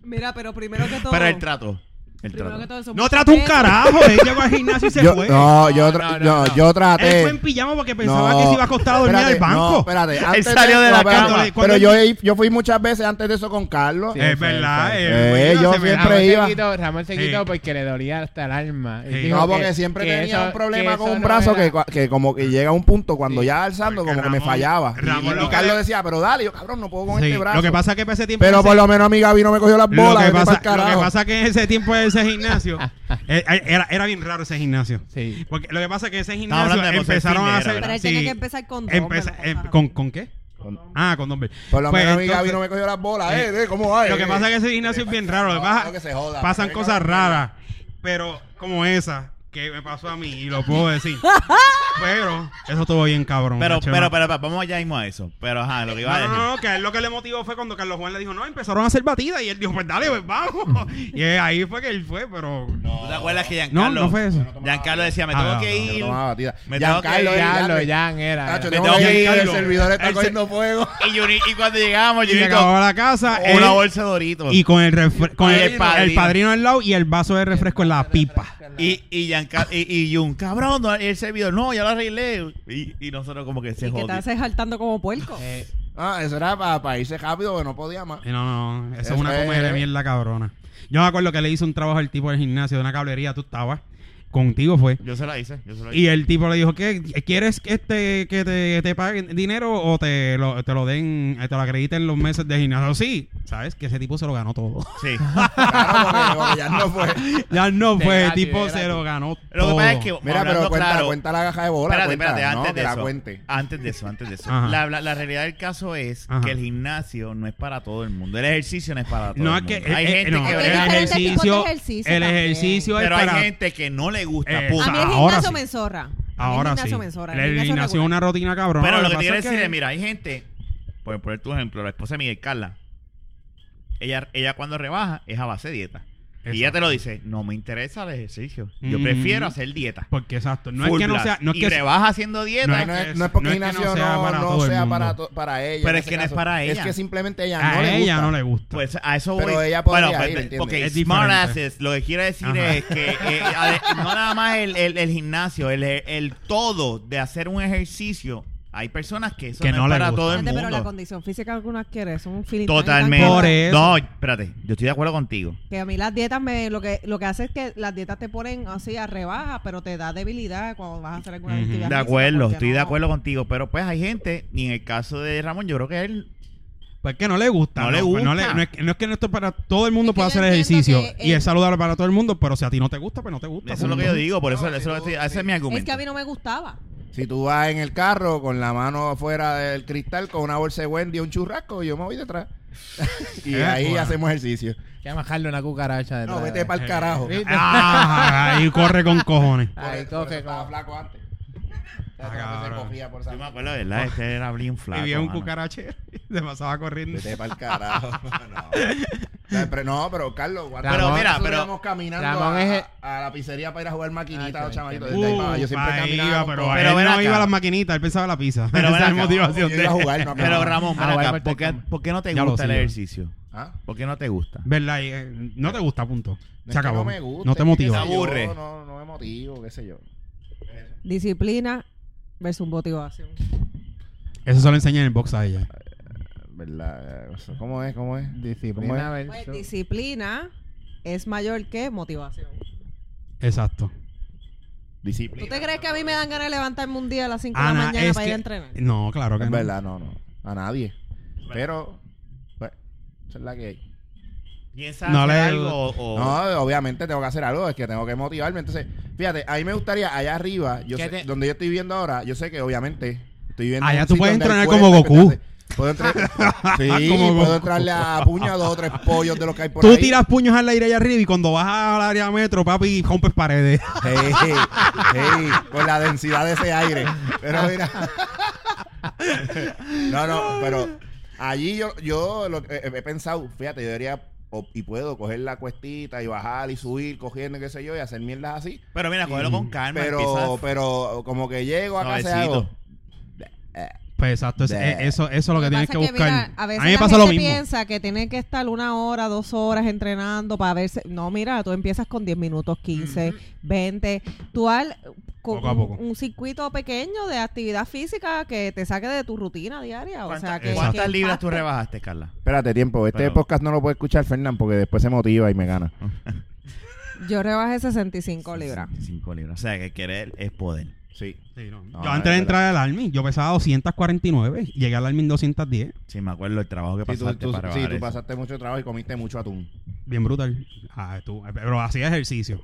S5: Mira, pero primero que todo.
S2: Pero el trato. El
S5: primero que
S2: trato.
S5: todo, eso es
S1: No
S5: mucho
S1: trato un
S5: peso.
S1: carajo. Él llegó al gimnasio y se
S3: Yo-
S1: fue.
S3: no, yo, tra-
S4: No, no,
S3: yo-
S4: no.
S3: yo traté.
S1: Él fue en pijama porque pensaba
S3: No,
S1: que se iba a acostar a dormir
S3: espérate,
S1: al
S3: No,
S1: banco. <laughs>
S3: espérate. antes
S2: salió de la
S3: espérate,
S2: cama.
S3: Pero, yo, he- yo fui muchas veces antes de eso con Carlos.
S4: Sí.
S1: es verdad.
S4: Eh,
S1: eh,
S3: yo
S1: se me-
S3: siempre-
S4: Ramón
S3: iba.
S4: Se quitó, Ramón se quitó
S1: Sí.
S4: porque le dolía hasta el alma. Y
S1: Sí.
S4: dijo
S3: No, porque
S4: que-
S3: siempre
S4: que
S3: tenía
S4: eso-
S3: un problema
S4: que
S3: con
S4: eso
S3: un
S4: no
S3: brazo
S4: era-
S3: que, cua- que como que llega a un punto cuando
S4: Sí.
S3: ya alzando
S1: Porque
S3: como que me
S1: Ramón-
S3: fallaba. Y-
S1: Ramón
S3: y,
S1: lo que-
S3: Carlos decía, pero dale, yo cabrón, no puedo con
S1: Sí,
S3: este brazo.
S1: Lo que pasa es que para ese tiempo.
S3: pero
S1: ese-
S3: por lo menos a mi Gaby no me cogió las bolas.
S1: lo que,
S3: vete
S1: pasa,
S3: pa'l carajo.
S1: lo que pasa que en ese tiempo de
S2: <laughs>
S1: ese gimnasio eh, eh, era, era bien raro ese gimnasio.
S4: Sí.
S1: Porque lo que pasa es que ese
S2: hablando
S1: gimnasio
S2: de José
S1: empezaron a
S2: Fitness,
S1: hacer.
S5: Pero él
S1: sí,
S5: tenía que empezar con dos.
S1: empeza- em- ¿con, ¿Con qué? Ah, con Don
S3: por lo menos a mi Gaby no me cogió las bolas. Eh, eh, ¿cómo va?
S1: Lo
S3: Eh,
S1: que pasa es que ese gimnasio es bien raro. lo que
S3: No,
S1: pasa-
S3: no, que se joda.
S1: pasan
S3: Que
S1: cosas
S3: no,
S1: raras, pero como esa que me pasó a mí y lo puedo
S3: <laughs>
S1: decir. pero eso estuvo bien cabrón.
S2: Pero,
S1: macho,
S2: pero,
S1: no.
S2: pero, pero, vamos allá mismo a eso. Pero, ajá, lo que iba a
S1: No,
S2: decir.
S1: no, no, que a él lo que le motivó fue cuando Carlos Juan le dijo, no, empezaron a hacer batidas y él dijo, pues dale, pues vamos. <laughs> y ahí fue que él fue, pero... No,
S2: ¿Tú te acuerdas que
S1: no,
S2: Giancarlo?
S1: fue eso.
S2: Giancarlo decía, me
S1: Ah,
S2: tengo
S1: no,
S2: que
S1: no,
S3: Yo
S2: ir.
S3: tomaba batida.
S2: Me tengo que
S3: Giancarlo,
S2: ir.
S3: eh,
S4: Ya, lo
S3: dale.
S4: Jan era.
S3: Tacho,
S2: Me
S3: tengo
S2: tengo que
S3: que ir,
S2: ir.
S3: el servidor está
S1: El se-
S3: cogiendo fuego. <laughs>
S2: Y, Yuri- y cuando llegábamos,
S1: Y se
S2: Junito,
S1: acabó la casa. él-
S2: una bolsa de Doritos.
S1: Y con el, refre- con
S2: Y
S1: el,
S2: el
S1: el padrino.
S2: padrino.
S1: al lado y el vaso de refresco en la pipa.
S2: Y, y, Gianca- y, y Jun, cabrón, no, el servidor, no, ya lo arreglé. Y, y nosotros como que se
S5: Y que te
S2: jodió.
S5: haces saltando como puerco.
S4: Eh,
S3: Ah, eso era para irse rápido, porque no podía más.
S1: Y No, no, no, eso
S3: Eso
S1: es una
S3: es,
S1: comedia de
S3: eh.
S1: mierda cabrona. Yo me acuerdo que le hice un trabajo al tipo del gimnasio de una cablería, tú estabas, contigo fue.
S2: Yo se la hice, yo se la hice.
S1: Y el tipo le dijo, ¿qué? ¿Quieres que este que te, te paguen dinero o te lo, te lo den, eh, te lo acrediten los meses de gimnasio? Sí, ¿sabes? Que ese tipo se lo ganó todo.
S2: Sí. <laughs>
S3: Claro, porque, porque ya no fue.
S1: <laughs> ya no,
S4: De
S1: pues el
S4: gratis,
S1: tipo
S4: de
S1: se
S4: gratis.
S1: lo ganó
S2: Lo que
S1: todo.
S2: pasa es que,
S3: Oh. Mira,
S2: hablando
S3: pero cuenta,
S2: claro,
S3: cuenta la caja de bola.
S2: espérate,
S3: cuenta,
S2: espérate,
S3: no,
S2: antes
S3: que
S2: de
S3: la
S2: eso. Ah,
S3: cuente.
S2: Antes de eso, antes de eso.
S1: Ajá.
S2: La, la- la realidad del caso es
S1: Ajá.
S2: que el gimnasio no es para todo el mundo. El ejercicio no es para todo
S1: No,
S2: el
S1: es que
S2: mundo. hay
S1: eh, eh,
S2: gente
S1: no,
S2: que
S5: Es que hay
S1: el
S2: brega-
S5: diferentes tipos
S1: ejercicio,
S5: de ejercicio
S1: el
S5: también.
S1: ejercicio es
S2: pero hay
S1: para
S2: gente que no le gusta,
S1: Eh,
S2: punto.
S5: a mí el
S1: ahora
S5: gimnasio
S1: sí.
S5: me zorra. A mí el
S1: Ahora sí.
S5: gimnasio me zorra.
S1: El gimnasio es
S5: regular.
S1: una rutina cabrona.
S2: Pero lo que
S1: pasa
S2: te quiero
S1: es
S2: decir es, mira, hay gente, por poner tu ejemplo, la esposa de Miguel Carla, ella, ella cuando rebaja es a base de dieta. Y ya te lo dice, no me interesa el ejercicio. Yo
S1: Mm.
S2: prefiero hacer dieta.
S1: Porque exacto, no
S2: Full
S1: es que no
S2: blast.
S1: sea, no es
S2: y
S1: que
S2: rebaja haciendo
S1: No
S2: dieta.
S1: es-
S3: No es,
S1: que-
S3: no es porque
S1: no es que no
S3: Ignacio
S1: sea
S3: no no sea,
S1: para
S3: para,
S1: todo el mundo.
S3: to- para ella.
S2: Pero
S3: en
S2: es
S3: ese
S2: que no es
S3: caso.
S2: para
S3: Es
S2: ella.
S3: que simplemente ella no
S1: a
S3: le
S1: ella
S3: gusta.
S1: no le gusta.
S2: Pues a eso
S3: Pero
S2: voy.
S3: ella podría
S2: bueno,
S3: ir,
S2: pues,
S3: ¿entiendes?
S2: ok,
S1: Es
S2: smart
S1: diferente.
S2: asses, lo que quiere decir
S1: Ajá.
S2: es que eh, ade- no nada más el, el- el gimnasio, el, el todo de hacer un ejercicio. Hay personas que eso
S1: Que
S2: no,
S1: no
S2: es
S1: le
S2: para
S1: gusta.
S2: todo el
S5: Espérate,
S2: mundo.
S5: pero la condición física que uno adquiere es un feeling tan-
S2: Totalmente.
S5: tan-
S1: Por eso.
S2: No, espérate, yo estoy de acuerdo contigo.
S5: Que a mí las dietas me lo que lo que hace es que las dietas te ponen así a rebaja, pero te da debilidad cuando vas a hacer alguna
S1: Ujú.
S5: actividad.
S2: De
S5: física,
S2: acuerdo,
S5: porque
S2: estoy de
S5: no-
S2: acuerdo contigo. Pero pues hay gente, y en el caso de Ramón, yo creo que él
S1: Pues que no le gusta.
S2: No le
S1: pues No,
S2: gusta.
S1: no es, no es que esto es para todo el mundo
S5: Es que
S1: puede
S5: yo
S1: hacer
S5: entiendo
S1: ejercicio
S5: que
S1: y
S5: el-
S1: es saludable para todo el mundo, pero si a ti no te gusta, pues no te gusta.
S2: Eso es lo que
S1: punto.
S2: yo digo, por eso, eso es lo que estoy- ese es mi argumento.
S5: Es que a mí no me gustaba.
S3: Si tú vas en el carro con la mano afuera del cristal con una bolsa de Wendy un churrasco, yo me voy detrás. <laughs> y
S1: Eh,
S3: ahí
S1: bueno.
S3: hacemos ejercicio.
S4: Que bajarle una cucaracha de
S3: No, vete para el carajo.
S4: Sí.
S1: <laughs> Ah, y corre con cojones.
S4: Ahí
S3: Por eso
S4: coge
S3: estaba
S4: como...
S3: flaco antes. O sea,
S1: Ah,
S3: tengo que ser
S1: cabrón.
S3: cogida por
S2: Yo me
S3: esa-
S2: acuerdo, ¿verdad? Este era bien flaco.
S1: Y vio un
S2: mano.
S1: cucarachero <laughs> y se pasaba corriendo.
S3: Vete para el carajo. <laughs> no. O sea, pero, no, pero Carlos, guarda.
S2: Pero
S3: Nosotros
S2: mira, pero-
S3: íbamos caminando
S4: Ramón
S3: a,
S4: es el-
S3: a la pizzería para ir a jugar maquinita
S4: Ah,
S3: los chamaditos.
S4: qué
S3: Desde ahí para abajo. Yo siempre
S1: Uh, ahí
S3: caminaba.
S1: iba,
S3: con-
S1: pero,
S3: con-
S2: Pero
S1: él
S2: ven
S1: no
S2: acá.
S1: iba a las maquinitas, él pensaba en la pizza. <laughs>
S2: Pero ven
S1: Esa es
S2: acá.
S1: la motivación
S3: Yo iba a
S1: de
S3: jugar, no a
S2: Pero
S3: caminar.
S2: Ramón, ven
S4: Ah,
S2: acá,
S4: voy
S2: ¿por qué,
S4: por-
S2: por qué no te
S1: Ya lo
S2: gusta el
S1: sigo.
S2: ejercicio?
S3: ¿Ah?
S2: ¿Por qué no te gusta?
S1: ¿Verdad? Y, eh, no te gusta, punto.
S3: No
S1: Se
S3: es que
S1: acabó.
S3: No, me gusta,
S1: No te
S3: es que
S1: motiva.
S3: qué sé yo,
S2: Aburre.
S3: No, no me motivo, qué sé yo.
S5: Disciplina versus motivación.
S1: Eso se lo enseña en el box a ella.
S3: ¿Verdad? O sea, ¿Cómo es? ¿Cómo es?
S4: Disciplina
S5: Pues
S4: versus...
S5: disciplina es mayor que motivación.
S1: Exacto.
S5: ¿Tú
S3: Disciplina.
S5: te crees que a mí me dan ganas de levantarme un día a las 5
S2: Ah,
S5: de la
S1: Ana,
S5: mañana
S1: es
S5: para ir a
S1: que...
S5: entrenar?
S1: No, claro que
S3: Es
S1: no.
S3: verdad, no, no. A nadie. Pero, pues, esa es la que hay.
S2: ¿Piensas
S1: No
S2: hacer
S1: le-
S2: algo o- o-
S3: No, obviamente tengo que hacer algo, es que tengo que motivarme. Entonces, fíjate, a mí me gustaría allá arriba, yo
S4: ¿Qué
S3: sé-
S4: te-
S3: donde yo estoy viviendo ahora, yo sé que obviamente estoy viviendo.
S1: Allá
S3: en un
S1: tú
S3: sitio
S1: puedes
S3: donde
S1: entrenar
S3: hay
S1: como
S3: cuerdas,
S1: Goku.
S3: ¿entiendes? Puedo
S1: <laughs>
S3: entrenar. Sí,
S1: Como
S3: puedo
S1: Goku.
S3: entrarle a puño a dos o tres pollos de los que hay por
S1: Tú
S3: ahí.
S1: tiras puños al aire allá arriba y cuando vas al área metro, papi, rompes
S3: <laughs>
S1: paredes.
S3: Hey, hey, con la densidad de ese aire. Pero mira. No, no, pero allí yo, yo lo que- eh, he pensado, fíjate, yo debería o- y puedo coger la cuestita y bajar y subir cogiendo, qué sé yo, y hacer mierdas así.
S2: Pero mira, cógelo
S1: Mm,
S2: con calma.
S3: Pero,
S2: empieza-
S3: pero como que llego acá se hago.
S2: Suavecito.
S1: Pues exacto, es-
S3: Bleh.
S1: eh, eso, eso es lo que tienes
S5: pasa
S1: que
S5: es
S1: buscar.
S5: mira, a veces
S1: a mí me
S5: la
S1: pasa
S5: gente
S1: lo mismo.
S5: piensa que tiene que estar una hora, dos horas entrenando para verse. No, mira, tú empiezas con 10 minutos, 15, 20. Tú al con
S1: Poco a poco.
S5: Un, un circuito pequeño de actividad física que te saque de tu rutina diaria. O sea,
S2: ¿Cuántas-
S5: que,
S2: ¿Cuántas
S5: que
S2: libras tú
S5: impacte.
S2: rebajaste, Carla?
S3: Espérate, tiempo. Este
S2: Pero-
S3: podcast no lo puede escuchar Fernán porque después se motiva y me gana.
S5: Yo rebajé 65 libras.
S2: 5 libras. O sea, que querer es poder.
S3: Sí.
S1: Sí, no.
S3: No,
S1: yo
S3: es
S1: antes de
S3: verdad.
S1: entrar al Army, yo pesaba 249, llegué al Army en 210.
S2: Sí, me acuerdo el trabajo que
S3: Sí, tú,
S2: pasaste
S3: tú-
S2: para
S3: sí,
S2: bajar
S3: tú
S2: eso.
S3: pasaste mucho trabajo y comiste mucho atún.
S1: Bien brutal. Ah, tú, pero hacía ejercicio.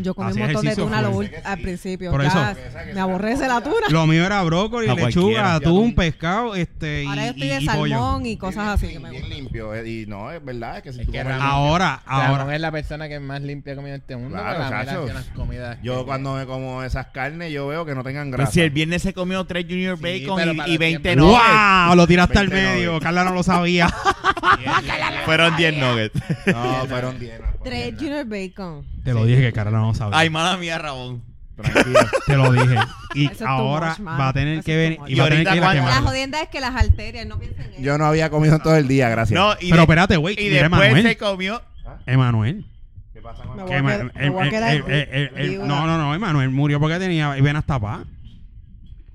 S5: Yo comí
S1: Hacía
S5: un montón de
S1: ejercicio
S5: tuna a lo
S1: fuerte.
S5: ul- al principio.
S1: Por
S5: Ya
S1: eso-
S5: me aborrece la tuna.
S1: Lo mío era brócoli,
S2: No, cualquiera.
S1: lechuga,
S3: Ya,
S1: atún, pescado, este y,
S5: Ahora yo estoy
S1: y-
S5: de
S1: y pollo.
S5: salmón y cosas así que
S3: Bien,
S5: me
S3: bien
S5: gustan.
S3: limpio. eh, Y no, es verdad, es que si
S4: Es
S3: tú
S4: que
S3: comes-
S4: Ramón-
S1: Ahora,
S4: Ahora.
S1: ahora.
S4: es la persona que más limpia ha comido en este mundo.
S3: Claro,
S4: pero a mí le
S3: chacho.
S4: hace unas comidas
S3: Yo
S4: que-
S3: cuando me como esas carnes, yo veo que no tengan
S2: Pero
S3: grasa.
S2: si el viernes se comió 3 Junior
S4: Sí, pero
S2: Bacon
S4: para
S2: y, y
S4: los
S2: 20
S4: tiempos.
S2: nuggets.
S1: ¡Wow! Lo tiraste al
S3: 29.
S1: medio. Carla no lo sabía.
S2: <laughs> Fueron 10 nuggets.
S3: No, fueron 10. no, fueron
S5: Tres
S3: 10.
S5: Junior Bacon.
S1: Te lo dije que Carla no lo sabía.
S2: Ay, mala mía, Rabón.
S3: Tranquilo.
S1: Te
S2: <laughs>
S1: lo dije. Y
S5: Eso es too
S1: ahora
S5: much, mano.
S1: va a tener
S5: Eso
S1: que
S5: es
S1: venir
S5: too
S1: y
S5: much.
S1: va a tener que
S2: Y
S1: ir a
S5: La
S2: ahorita, Malo.
S1: quemarlo.
S5: jodienda es que las arterias no piensan en eso.
S3: Yo no había comido en todo el día, gracias.
S2: No, y,
S1: Pero
S2: de-
S1: espérate, güey.
S2: y
S1: Mira,
S2: después
S1: Emanuel.
S2: se comió.
S1: Emanuel.
S3: ¿Qué pasa con
S5: Me
S3: la-
S5: voy
S1: Que
S5: a
S1: Ema-
S5: quedar- me
S1: em-
S5: voy a
S1: em-
S5: quedar
S1: em-
S5: con-
S1: em- em- em-
S5: digo
S1: No,
S5: una-
S1: no, no, Emanuel murió porque tenía venas tapadas.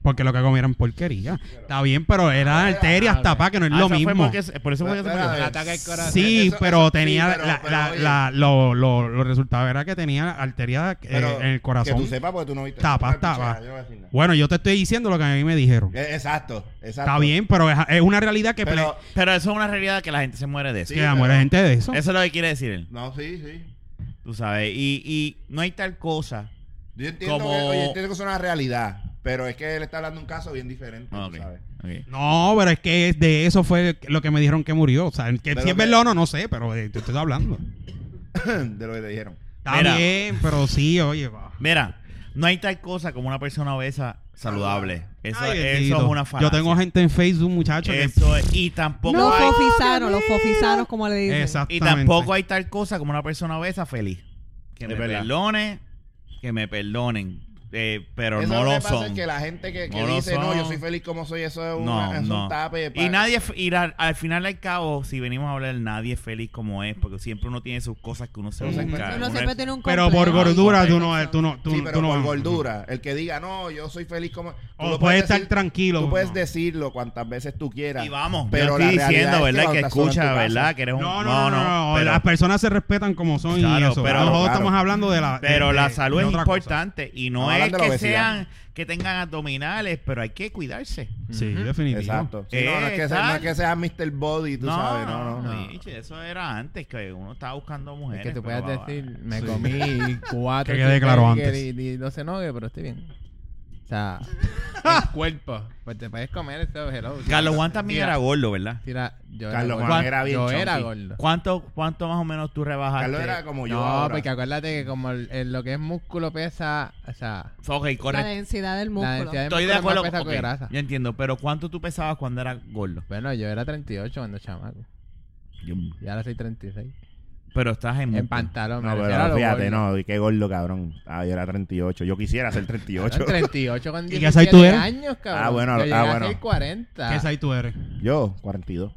S1: Porque lo que comieron porquería. Está bien, pero eran arterias tapadas, que no es
S2: Ah,
S1: lo
S2: eso fue
S1: mismo.
S2: porque se- por eso fue que se
S3: Espera,
S2: comió.
S4: El ataque al corazón.
S1: Sí,
S3: Eso-
S1: pero
S3: eso-
S1: tenía
S3: sí, pero-
S1: la-
S3: pero
S1: la-
S3: oye.
S1: la- lo- lo- los resultados era que tenía arteria eh,
S3: Pero
S1: en el
S3: Que
S1: corazón.
S3: tú sepas porque tú no viste.
S1: Tapa,
S3: Ay, pichada,
S1: tapa.
S3: yo no voy a decir nada.
S1: Bueno, yo te estoy diciendo lo que a mí me dijeron.
S3: Eh, Exacto, exacto.
S1: Está bien, pero es, es una realidad que,
S3: Pero,
S1: ple-
S2: Pero eso es una realidad que la gente se muere de eso.
S1: que
S3: Sí,
S1: la
S3: pero-
S1: muere gente de eso.
S2: Eso es lo que quiere decir él.
S3: no, sí, sí.
S2: Tú sabes. Y, y no hay tal cosa.
S3: Yo entiendo,
S2: Como-
S3: que, oye, entiendo que es una realidad, pero es que él está hablando de un caso bien diferente,
S2: Ah,
S3: tú
S2: ok,
S3: ¿sabes?
S2: ok.
S1: No, pero es que es- de eso fue lo que me dijeron que murió. O sea, que
S3: Pero
S1: si es
S3: que-
S1: verdad o no, no sé, pero eh, te estoy hablando.
S3: <laughs> de lo que te dijeron.
S1: Está
S2: Mira.
S1: bien, pero sí, oye, va.
S2: Mira, No hay tal cosa como una persona obesa saludable. Eso,
S1: Ay,
S2: eso
S1: bendito.
S2: es una falacia.
S1: Yo tengo gente en Facebook, muchachos. que-
S2: Eso es- y tampoco
S5: Los
S2: hay,
S5: fofisanos, los fofisanos, como le dicen.
S1: Exactamente.
S2: y tampoco hay tal cosa como una persona obesa feliz. Que me
S3: Es verdad.
S2: perdone, que me perdonen, eh, pero
S3: Eso
S2: no
S3: que
S2: lo
S3: pasa
S2: son.
S3: es que la gente que, que
S2: No lo
S3: dice, no, yo
S2: son.
S3: soy feliz como soy, eso es,
S2: No,
S3: una, es
S2: no.
S3: un tape. pa-
S2: Y nadie, es- y al, al final y al cabo, si venimos a hablar, nadie es feliz como es, porque siempre uno tiene sus cosas que uno se
S3: Uno se encuentra.
S2: busca.
S5: Uno
S2: Uno
S5: siempre
S2: es-
S5: tiene un
S1: Pero por
S5: complejo.
S1: gordura tú no... Tú no tú,
S3: Sí, pero
S1: tú no
S3: por
S1: vas.
S3: gordura. El que diga, no, yo soy feliz como...
S2: Oh,
S3: tú
S1: O
S3: lo
S1: puedes estar
S3: decir-
S1: tranquilo,
S3: Tú
S1: no.
S3: puedes decirlo cuantas veces tú quieras.
S2: Y vamos,
S3: Pero
S2: yo estoy
S3: la realidad
S2: diciendo,
S3: es que
S2: ¿verdad? Que,
S3: cuando estás solo en
S2: escucha,
S3: tu casa-
S2: ¿verdad? Que eres un.
S1: No, no, no, no, no,
S2: pero-
S1: Las personas se respetan como son y
S2: Claro,
S1: eso.
S2: pero-
S1: Nosotros
S3: claro.
S1: estamos hablando de la... de-
S2: Pero
S1: de-
S2: la
S1: de
S2: salud es
S1: otra cosa.
S2: importante y no es
S3: Estamos hablando de la
S2: que
S3: obesidad.
S2: sean que tengan abdominales, pero hay que cuidarse.
S1: Sí,
S4: Ujú.
S1: definitivo.
S3: Exacto. Sí, no, no es que
S2: Eh,
S3: sea, no
S2: tal.
S3: es que seas Mr. Body, tú sabes. No, no, no.
S2: bicho, eso era antes que uno estaba buscando
S4: Es
S2: mujeres.
S4: que tú
S2: pero
S4: puedas
S2: va-
S4: decir, me
S1: Sí.
S4: comí cuatro.
S1: Que quede claro
S4: cheeseburger
S1: antes.
S4: Y, y 12 nuggets, pero estoy bien. O sea, el cuerpo. Pues te puedes comer este hello.
S2: Carlos Juan también era gordo, ¿verdad?
S4: Tira, yo
S3: Carlos
S4: era
S3: Juan
S4: gordo.
S3: era bien
S4: Yo era
S3: chunky.
S4: gordo.
S2: ¿Cuánto, ¿Cuánto más o menos tú rebajaste?
S3: Carlos era como yo.
S4: No,
S3: ahora.
S2: pues,
S4: porque acuérdate que como el- el- lo que es músculo pesa, o sea,
S2: Ok,
S5: La
S2: correcto.
S5: densidad del
S4: la
S5: músculo.
S4: densidad
S2: Estoy de
S4: músculo es más
S2: acuerdo.
S4: pesa que
S2: ok,
S4: grasa.
S2: Yo entiendo, pero ¿cuánto tú pesabas cuando era gordo?
S4: Bueno, yo era 38 cuando chamaco. Y ahora soy 36.
S2: Pero estás en...
S4: En pantalón.
S3: Mm. No,
S4: me refiero a
S3: pero
S4: lo
S3: fíjate,
S4: gordo.
S3: no, y qué gordo, cabrón. Ah, yo era 38. Yo quisiera ser
S4: Era <laughs>
S3: 38.
S4: 38 con
S1: ¿Y qué size tú
S4: 17
S1: eres?
S4: años, cabrón.
S3: Ah, bueno,
S4: Yo
S3: ah,
S4: llegué a
S3: bueno.
S4: ser 40.
S1: ¿Qué size tú eres?
S3: Yo, 42.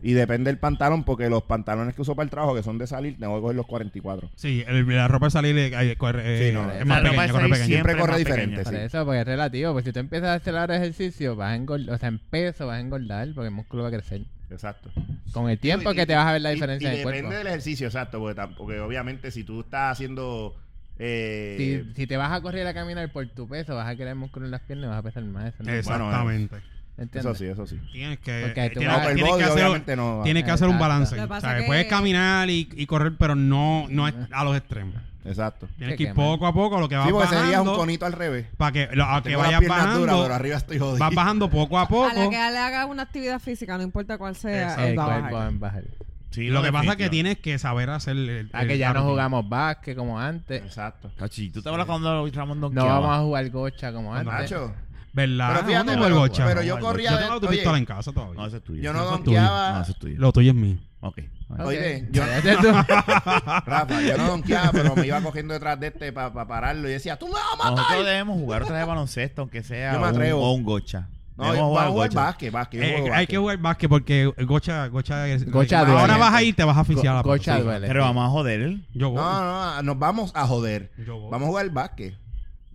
S3: Y depende del pantalón, porque los pantalones que uso para el trabajo, que son de salir, tengo que coger los 44.
S1: Sí, el- la ropa al salir eh, eh, corre, eh,
S3: Sí, no,
S1: es
S3: la
S1: más
S2: ropa
S1: pequeña,
S2: al
S1: corre
S2: salir
S1: pequeña.
S2: siempre-
S3: Siempre corre
S2: más
S3: diferente,
S4: Por
S3: sí.
S4: eso, porque es relativo. Pues si tú empiezas a hacer ahora ejercicio, vas a engordar, o sea, en peso vas a engordar porque el músculo va a crecer.
S3: Exacto.
S4: Con el tiempo
S3: Y-
S4: que te vas a ver la
S3: y-
S4: diferencia
S3: y
S4: en el cuerpo.
S3: Depende del ejercicio, exacto, porque, tam- porque obviamente si tú estás haciendo... eh,
S4: Si, si te vas a correr a caminar por tu peso, vas a crear músculo en las piernas y vas a pesar más. Eso no-
S1: Exactamente.
S4: ¿Entiendes?
S3: Eso sí, eso sí.
S1: Tienes que,
S4: eh. Porque tú
S1: tienes-
S4: vas-
S3: No,
S1: tienes
S3: body
S1: que hacer,
S3: obviamente no.
S1: tienes que hacer un
S4: Exacto.
S1: balance.
S5: Lo que pasa
S1: ¿sabes?
S5: que-
S1: Puedes caminar y, y correr, pero no, no es a los extremos.
S3: Exacto.
S1: Tienes
S4: Sí,
S1: que ir
S4: que, man.
S1: poco a poco, lo que vas
S3: Sí, porque sería un
S1: bajando.
S3: conito al revés.
S1: Para que, lo- a que
S3: Tengo las
S1: vayas
S3: piernas duras,
S1: bajando,
S3: pero arriba estoy
S1: vas
S3: jodido.
S1: bajando poco a
S5: A la
S1: poco.
S5: que le haga una actividad física, no importa cuál sea,
S4: El
S5: él va a
S4: cuerpo
S5: bajar.
S4: en bajar.
S2: Sí,
S1: Y lo que pasa es que
S2: definitivo.
S1: tienes que saber hacer. El, el-
S4: Ah, que ya
S1: la
S4: no
S1: rutina.
S4: jugamos básquet como antes.
S3: Exacto.
S2: Cachi, ¿tú te acuerdas cuando Ramón
S4: No
S2: donkeaba?
S4: vamos a jugar gocha como
S1: Cuando
S4: antes.
S3: Nacho,
S1: <laughs> ¿Verdad?
S3: Pero fíjate,
S1: ¿Dónde
S3: pero-
S1: juego, chavo?
S3: pero yo
S1: Juego,
S3: corría
S1: Yo
S3: de-
S1: tengo tu
S3: oye,
S1: pistola en casa todavía.
S2: No, eso es tuyo.
S3: yo no
S1: Eso es
S3: donkeaba...
S2: No, eso es tuyo.
S1: Lo tuyo es mío.
S2: Ok.
S4: Ok. <laughs>
S3: Oye, yo-
S4: Cállate tú.
S3: Rafa, yo no donkeaba, pero me iba cogiendo detrás de este para pararlo y decía, tú me vas a matar.
S2: Nosotros debemos jugar otra de baloncesto, aunque sea
S3: Yo me
S2: un-
S3: atrevo.
S2: o un gocha.
S3: No,
S2: Debemos
S3: yo voy a jugar
S2: gocha.
S3: básquet, básquet. yo
S1: Eh,
S3: juego
S1: hay que
S3: básquet.
S1: jugar básquet porque gocha, gocha, eh,
S4: Gocha
S1: ahora
S4: duele.
S1: vas a ir te vas a
S4: Go-
S1: oficiar la
S4: gocha
S1: pelota.
S4: duele.
S2: Pero vamos a joder.
S1: Yo voy.
S3: No, no, no, nos vamos a joder.
S1: Yo voy.
S3: Vamos a jugar básquet.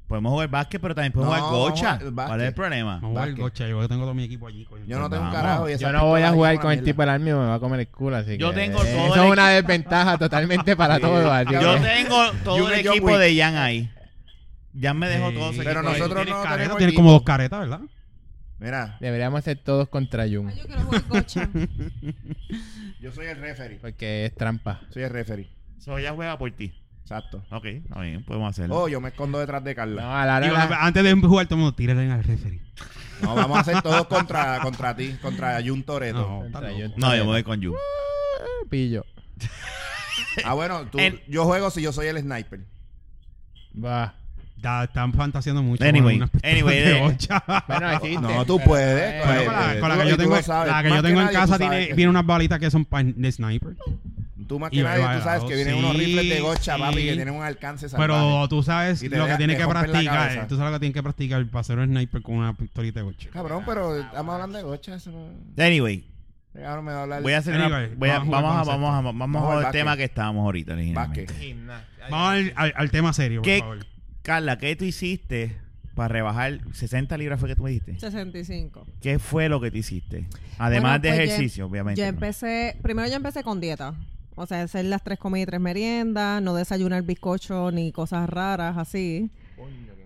S2: Podemos jugar básquet, pero también podemos
S3: No,
S2: jugar gocha.
S3: vamos a-
S2: ¿Cuál es el
S3: básquet.
S2: problema?
S1: Vamos a jugar
S3: básquet.
S1: gocha. Yo tengo todo mi equipo allí. coño.
S3: Yo no
S2: Pues
S3: tengo un
S2: vamos.
S3: carajo. Y esas
S4: Yo no voy a
S3: pistolas
S4: jugar
S3: ahí son
S4: con
S3: una
S4: el tipo del army, me va a comer el culo, así
S2: Yo
S4: que,
S2: tengo
S4: eh,
S2: todo
S4: Eso
S2: el
S4: es una desventaja
S3: <laughs>
S4: totalmente para todos. así
S2: Yo
S4: que-
S2: tengo
S3: You
S2: todo el
S3: and John
S2: equipo
S3: Wick.
S2: de Jan ahí. Jan me dejó
S1: Sí.
S2: todo ese
S3: Pero
S2: equipo ahí.
S3: nosotros
S1: Tienes
S3: no
S1: careta,
S3: tenemos
S1: tienes
S3: equipo.
S1: como dos caretas, ¿verdad?
S3: Mira,
S4: Deberíamos ser todos contra Jun,
S5: Ay, yo quiero jugar
S2: <laughs>
S5: gocha.
S3: yo soy el referee.
S4: porque es trampa.
S3: Soy el referee.
S2: So, ella juega por ti.
S3: Exacto.
S2: Ok, está bien, podemos hacerlo.
S3: Oh, yo me escondo detrás de
S4: No,
S3: Carla.
S4: a la hora
S1: Digo,
S4: de la-
S1: Antes de jugar, todo el mundo tírale al referee.
S3: No, vamos a hacer todos contra, contra ti, contra Jun Toreto.
S1: No, está
S4: Contra
S1: loco.
S4: ellos.
S2: no, yo me voy con Yu.
S4: pillo.
S3: Ah, bueno, tú,
S2: El-
S3: yo juego si yo soy el sniper.
S4: Va.
S1: Ya están fantaseando mucho.
S2: Anyway,
S1: con unas pistolas
S2: anyway,
S1: de
S2: eh,
S1: <laughs> gocha.
S4: Bueno,
S3: <laughs>
S4: existe.
S3: No, tú
S4: pero-
S3: puedes.
S1: Bueno,
S4: eh,
S1: con la,
S3: eh,
S1: con la
S3: tú-
S1: que
S3: y
S1: yo
S3: tú
S1: tengo,
S3: lo sabes.
S1: la que
S3: Más
S1: yo tengo en
S3: nadie,
S1: casa
S3: tú sabes
S1: tiene,
S3: que-
S1: viene unas balitas que son para de sniper.
S3: Tú más
S1: y
S3: que nadie,
S1: bailado,
S3: tú sabes que vienen unos
S1: sí,
S3: rifles de gocha, papi, que
S1: sí.
S3: tienen un alcance salvaje.
S1: Pero tú sabes
S3: Y te
S1: lo que
S3: dejan-
S1: tienes
S3: te
S1: que
S3: rompen la cabeza.
S1: practicar. eh, Tú sabes lo que tienes que practicar para hacer un sniper con una pistolita de gocha.
S3: Cabrón,
S4: Ah,
S3: pero estamos hablando de gocha. Eso no...
S2: Anyway,
S3: Ahora me va a hablar
S2: voy a hacer una,
S1: Anyway,
S2: voy a-
S1: vamos a
S2: vamos a,
S1: jugar
S2: vamos a,
S3: Vamos a
S2: vamos
S3: jugar
S2: al tema
S3: básquet.
S2: que estábamos ahorita originalmente.
S3: básquet.
S4: Gimnasia.
S1: Vamos al, al- al tema serio, por
S2: ¿Qué-
S1: favor.
S2: Carla, ¿qué tú hiciste para rebajar 60 libras fue que tú me dijiste?
S5: 65.
S2: ¿Qué fue lo que tú hiciste? Además
S5: Bueno, pues
S2: de
S5: yo em-
S2: ejercicio, obviamente.
S5: Yo
S2: ¿no?
S5: empecé, primero yo empecé con dieta. O sea, hacer las tres comidas y tres meriendas, no desayunar bizcocho ni cosas raras así.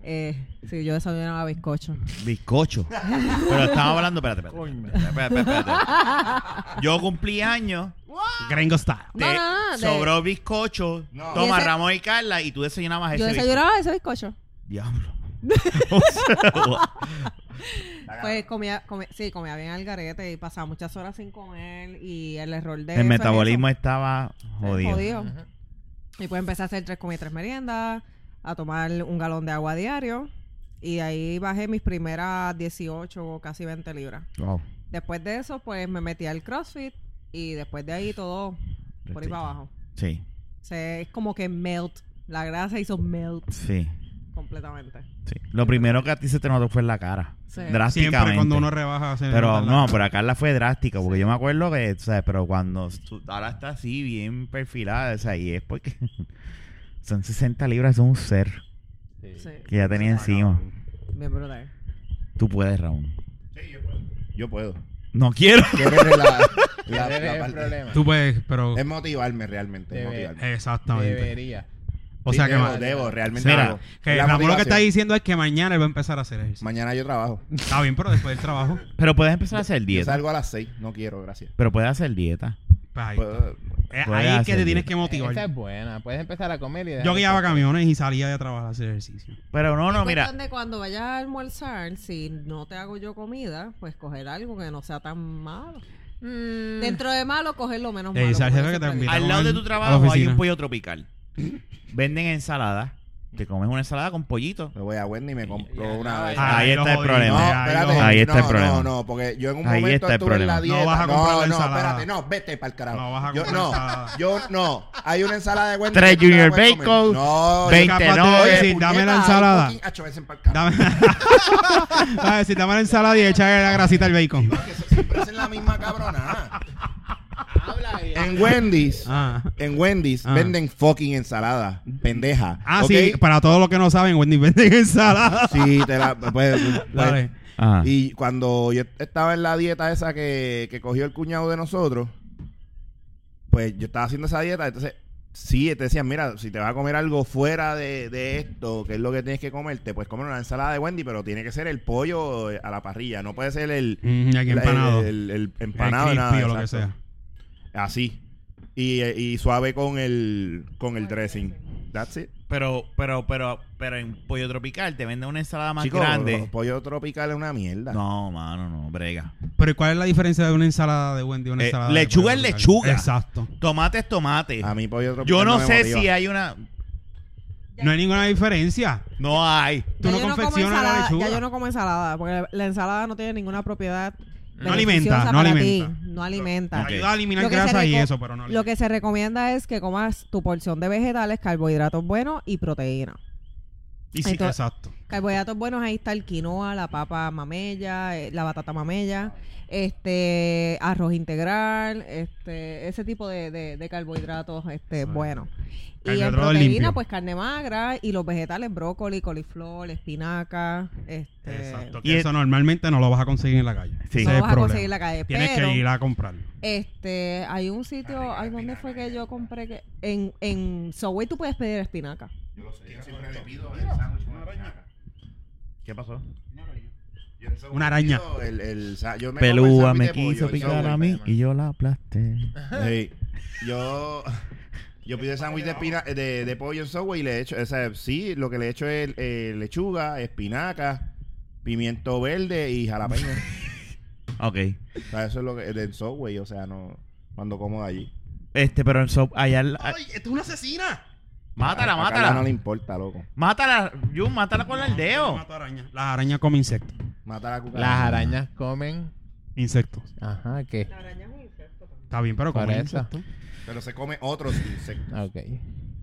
S5: Eh, sí, yo desayunaba bizcocho.
S2: Bizcocho. Pero estamos hablando, espérate, espérate. espérate, espérate, espérate, espérate. Yo cumplí años,
S1: Gringo style.
S5: No,
S2: te
S5: no, no, de-
S2: sobró bizcocho,
S3: No.
S2: toma
S5: Y ese-
S2: Ramón y Carla y tú desayunabas ese
S5: Yo
S2: bizcocho.
S5: desayunaba ese bizcocho. <laughs>
S2: Diablo.
S5: Pues comía, comía- sí, comía bien al garete y pasaba muchas horas sin comer y el error de... eso es
S2: El metabolismo
S5: eso.
S2: estaba
S5: Sí,
S2: jodido.
S5: Y pues empecé a hacer tres comidas y tres meriendas, a tomar un galón de agua diario y ahí bajé mis primeras 18 o casi 20 libras.
S4: Wow.
S5: Después de eso, pues me metí al CrossFit y después de ahí todo por ahí para abajo.
S2: Sí,
S5: O sea, es como que melt. La grasa hizo melt
S2: sí,
S5: completamente.
S2: sí. Lo primero que a ti se te notó fue en la cara.
S5: Sí.
S2: Drásticamente.
S1: Siempre cuando uno rebaja se
S2: Pero
S1: nota la-
S2: no, pero acá la fue drástica, porque yo me acuerdo que, o sea, pero cuando tú- ahora está así, bien perfilada, o sea, y es porque <laughs> son 60 libras, son un ser
S5: Sí.
S2: que ya tenía encima.
S5: Bien brutal.
S2: Tú puedes, Raúl.
S3: Yo puedo.
S2: No quiero. <laughs>
S3: Quiero ver la, la-
S4: Ese
S3: la
S4: es el
S3: parte-
S4: problema.
S1: Tú puedes, pero...
S3: Es motivarme realmente. es
S4: Debe-
S3: motivarme.
S1: Exactamente.
S4: Debería.
S1: O
S3: eh, Sí,
S1: sea que...
S3: debo,
S1: ma-
S3: debo, realmente.
S2: Mira,
S3: debo.
S1: que
S3: La
S1: Ramón lo que
S3: motivación.
S1: está diciendo es que mañana él va a empezar a hacer ejercicio.
S3: Mañana yo trabajo.
S1: Está bien, pero después del trabajo...
S2: Pero puedes empezar a hacer
S3: Yo
S2: dieta.
S3: salgo a las 6. No quiero, gracias.
S2: Pero puedes hacer dieta.
S1: pues ahí, está.
S3: Puedo-
S1: Eh,
S2: puedes
S1: ahí es que
S2: hacer
S1: te tienes
S2: bien.
S1: que
S4: Esa
S1: motivar.
S4: es buena. Puedes empezar a comer y dejar
S1: Yo
S4: de-
S1: guiaba camiones y salía de trabajar a hacer ejercicio.
S2: Pero no, no, mira.
S5: Cuestión de cuando vayas a almorzar, si no te hago yo comida, pues coger algo que no sea tan malo. Dentro de malo, coger lo menos
S1: Eh,
S5: malo.
S1: ¿sabes
S5: porque
S1: lo que
S5: siempre
S1: te
S5: hay-
S1: invita?
S2: Al
S1: a
S2: lado de
S1: comer
S2: tu
S1: a la
S2: trabajo hay un
S1: oficina.
S2: pollo tropical. Venden ensalada. Te comes una ensalada con pollito.
S3: Me voy a Wendy y me compro
S4: Ya,
S3: una
S4: ya,
S3: vez.
S4: ya.
S2: Ahí
S1: lo
S2: está el
S1: jodí.
S2: problema.
S1: No,
S3: No, espérate.
S1: espérate.
S2: Ahí está el
S3: no,
S2: problema.
S3: No, no, porque yo en un
S2: Ahí
S3: momento
S2: está el
S3: estuve en
S2: problema.
S3: la
S2: No
S3: dieta.
S1: vas a comprar
S3: no,
S1: la
S3: no,
S1: ensalada.
S3: espérate, no, vete para el carajo.
S1: No vas a
S3: yo,
S1: comprar
S3: no,
S1: ensalada.
S3: yo no. Hay una ensalada de Wendy.
S2: Tres
S3: que no te la
S2: Junior
S3: puedes comer.
S2: Bacon,
S3: No,
S2: veinte,
S3: yo-
S1: Capaz
S2: no,
S1: te voy a
S2: eh,
S1: decir, dame la
S3: puñeta,
S1: ensalada.
S3: fucking- Acho, ese pa'l carajo.
S1: Dame... <laughs> A ver, si dame la ensalada y echa la grasita al bacon.
S3: Que eso Siempre hacen la misma cabrona.
S4: Habla ahí.
S3: En Wendy's.
S1: Ah.
S3: En Wendy's
S1: Ah.
S3: venden fucking ensalada, pendeja.
S1: Ah,
S3: ¿ok?
S1: sí, <laughs> para todos los que no saben, Wendy vende <laughs> ensalada.
S3: Sí, te la pues, pues,
S1: Dale.
S2: Ajá.
S3: Y cuando yo estaba en la dieta esa que, que cogió el cuñado de nosotros, pues yo estaba haciendo esa dieta, entonces sí, te decían, mira, si te vas a comer algo fuera de, de esto, que es lo que tienes que comerte, pues comer una ensalada de Wendy, pero tiene que ser el pollo a la parrilla, no puede ser el,
S1: Mm, aquí
S3: la- el-
S1: empanado.
S3: el, el empanado,
S1: El
S3: nada,
S1: crispy o lo que
S3: exacto.
S1: sea.
S3: Así. Y, eh, y suave con el con el dressing. That's it.
S2: Pero, pero, pero, pero en pollo tropical te venden una ensalada más
S3: Chico,
S2: grande.
S3: pollo tropical es una mierda.
S2: No, mano, no, brega.
S1: Pero ¿y ¿cuál es la diferencia de una ensalada de Wendy y una
S2: Eh,
S1: ensalada
S2: lechuga es
S1: de pollo local?
S2: lechuga.
S1: Exacto.
S2: Tomate es tomate.
S3: A mí pollo tropical
S2: Yo no,
S3: me
S2: sé
S3: motiva.
S2: si hay una.
S1: No hay ninguna diferencia.
S2: No hay.
S5: Ya
S1: Tú no
S5: yo como
S1: confeccionas la
S5: ensalada-
S1: lechuga.
S5: Ya yo no como ensalada, porque la- la ensalada no tiene ninguna propiedad.
S1: No
S5: beneficiosa
S1: alimenta, no
S5: para
S1: alimenta.
S5: ti, No alimenta.
S2: Ok.
S1: Ayuda a eliminar
S5: Lo que se
S1: grasa y
S5: reco-
S1: eso, pero no.
S5: Lo que se recomienda es que comas tu porción de vegetales, carbohidratos buenos y proteína.
S1: Y sí,
S5: Entonces-
S1: exacto.
S5: Carbohidratos buenos, ahí está el quinoa, la papa mamella, eh, la batata mamella, este arroz integral, este ese tipo de, de- de carbohidratos este
S1: Sí.
S5: buenos. Y en
S1: Carbohidratos
S5: proteína,
S1: limpios.
S5: pues carne magra y los vegetales, brócoli, coliflor, espinaca. Este,
S1: Exacto.
S2: Y
S1: Que
S2: el-
S1: eso normalmente no lo vas a conseguir en la calle.
S2: Sí.
S1: Ese
S5: No
S1: es el
S5: vas a
S1: problema.
S5: conseguir en la calle,
S1: Tienes
S5: pero-
S1: que ir a comprarlo.
S5: Este, hay un sitio, ay, ¿dónde fue que yo compré que en en Subway tú puedes pedir espinaca?
S3: Yo lo sé, yo siempre le pido el sándwich con espinaca.
S2: ¿Qué pasó?
S3: Yo en Subway
S1: Una araña.
S3: pido El, el sa- yo me como el
S2: Pelúa
S3: sándwich
S2: me
S3: de pollo
S2: quiso
S3: en
S2: picar
S3: Subway.
S2: a mí y yo la aplasté.
S3: Sí. Yo, yo pido el sándwich de, espina- de, de pollo en Subway y le echo, o sea, sí, lo que le echo es eh, lechuga, espinaca, pimiento verde y jalapeño.
S2: Ok.
S3: o sea, eso es lo que del Subway, o sea, no cuando como de allí.
S2: Este, pero en so allá. la-
S1: ¡Esto es una asesina!
S3: A-
S2: mátala,
S3: a Carla no le
S2: mátala.
S3: importa, loco.
S2: Mátala, Jun, mátala con el dedo.
S1: Mato araña. Las arañas comen insectos.
S3: Mata la cucaracha.
S4: Las arañas comen.
S1: Insectos.
S4: Ajá, ¿qué?
S1: Está bien, pero
S4: Por
S1: comen
S4: eso.
S1: insectos.
S3: Pero se come otros insectos.
S4: Ok.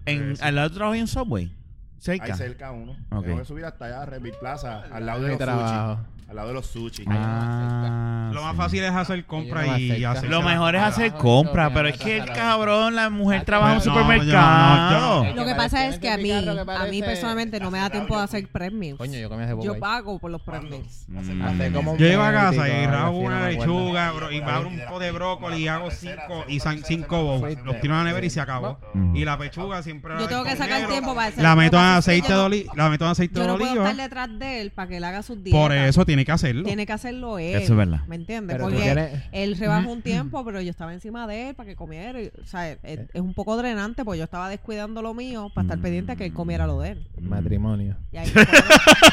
S2: En, al lado de trabajo hay un subway.
S3: Hay
S2: Cerca.
S3: cerca uno.
S2: Ok.
S3: Tengo que subir hasta allá, Revit Plaza, al lado de
S4: Mi
S3: los
S4: trabajo.
S3: sushi. Al lado de los sushi.
S2: Ah,
S1: Lo más
S2: sí.
S1: fácil es hacer
S4: Hay
S1: compra
S4: una más
S1: y
S4: cerca.
S1: hacer.
S2: Lo mejor es
S4: Ah,
S2: hacer
S4: no,
S2: compra,
S4: no,
S2: pero
S4: no,
S2: es que el
S4: no, no.
S2: cabrón, la mujer
S4: Ah,
S2: trabaja en un
S1: no, yo no,
S2: supermercado.
S1: yo no.
S5: Lo que
S4: parece-
S5: pasa es
S4: tiene
S5: que a mí,
S4: picarlo que
S5: a mí
S4: parece-
S5: personalmente no me da tiempo de hacer prep meals.
S4: Coño, yo comí hace poco
S5: Yo
S4: ahí.
S5: pago por los prep meals.
S2: Mm.
S4: Hace como un
S1: Yo llego a casa
S4: momentico,
S1: y
S4: algo
S1: grabo
S4: así, no
S1: una
S4: me acuerdo.
S1: lechuga bro, y me abro un po de brócoli y hago cinco y san- cinco bowls. Los tiro a la nevera y se acabó.
S2: Mm.
S1: Y la pechuga siempre.
S5: Yo tengo que sacar tiempo para hacer
S1: La
S5: lo que
S1: meto en
S5: pasa es que
S1: aceite de
S5: yo no-
S1: oliva. La meto en aceite
S5: Yo
S1: de
S5: no puedo estar
S1: oliva.
S5: detrás de él para que él haga sus dietas.
S1: Por eso tiene que hacerlo.
S5: Tiene que hacerlo él.
S2: Eso es verdad.
S5: ¿Me entiendes?
S4: Pero tú
S5: Porque
S4: tienes-
S5: él rebajó un tiempo, pero yo estaba encima de él para que comiera. y, o sea, es,
S4: Eh.
S5: es un poco drenante porque yo estaba descuidando lo mío para estar pendiente a que él comiera lo de él.
S4: Matrimonio.
S5: Y ahí fue-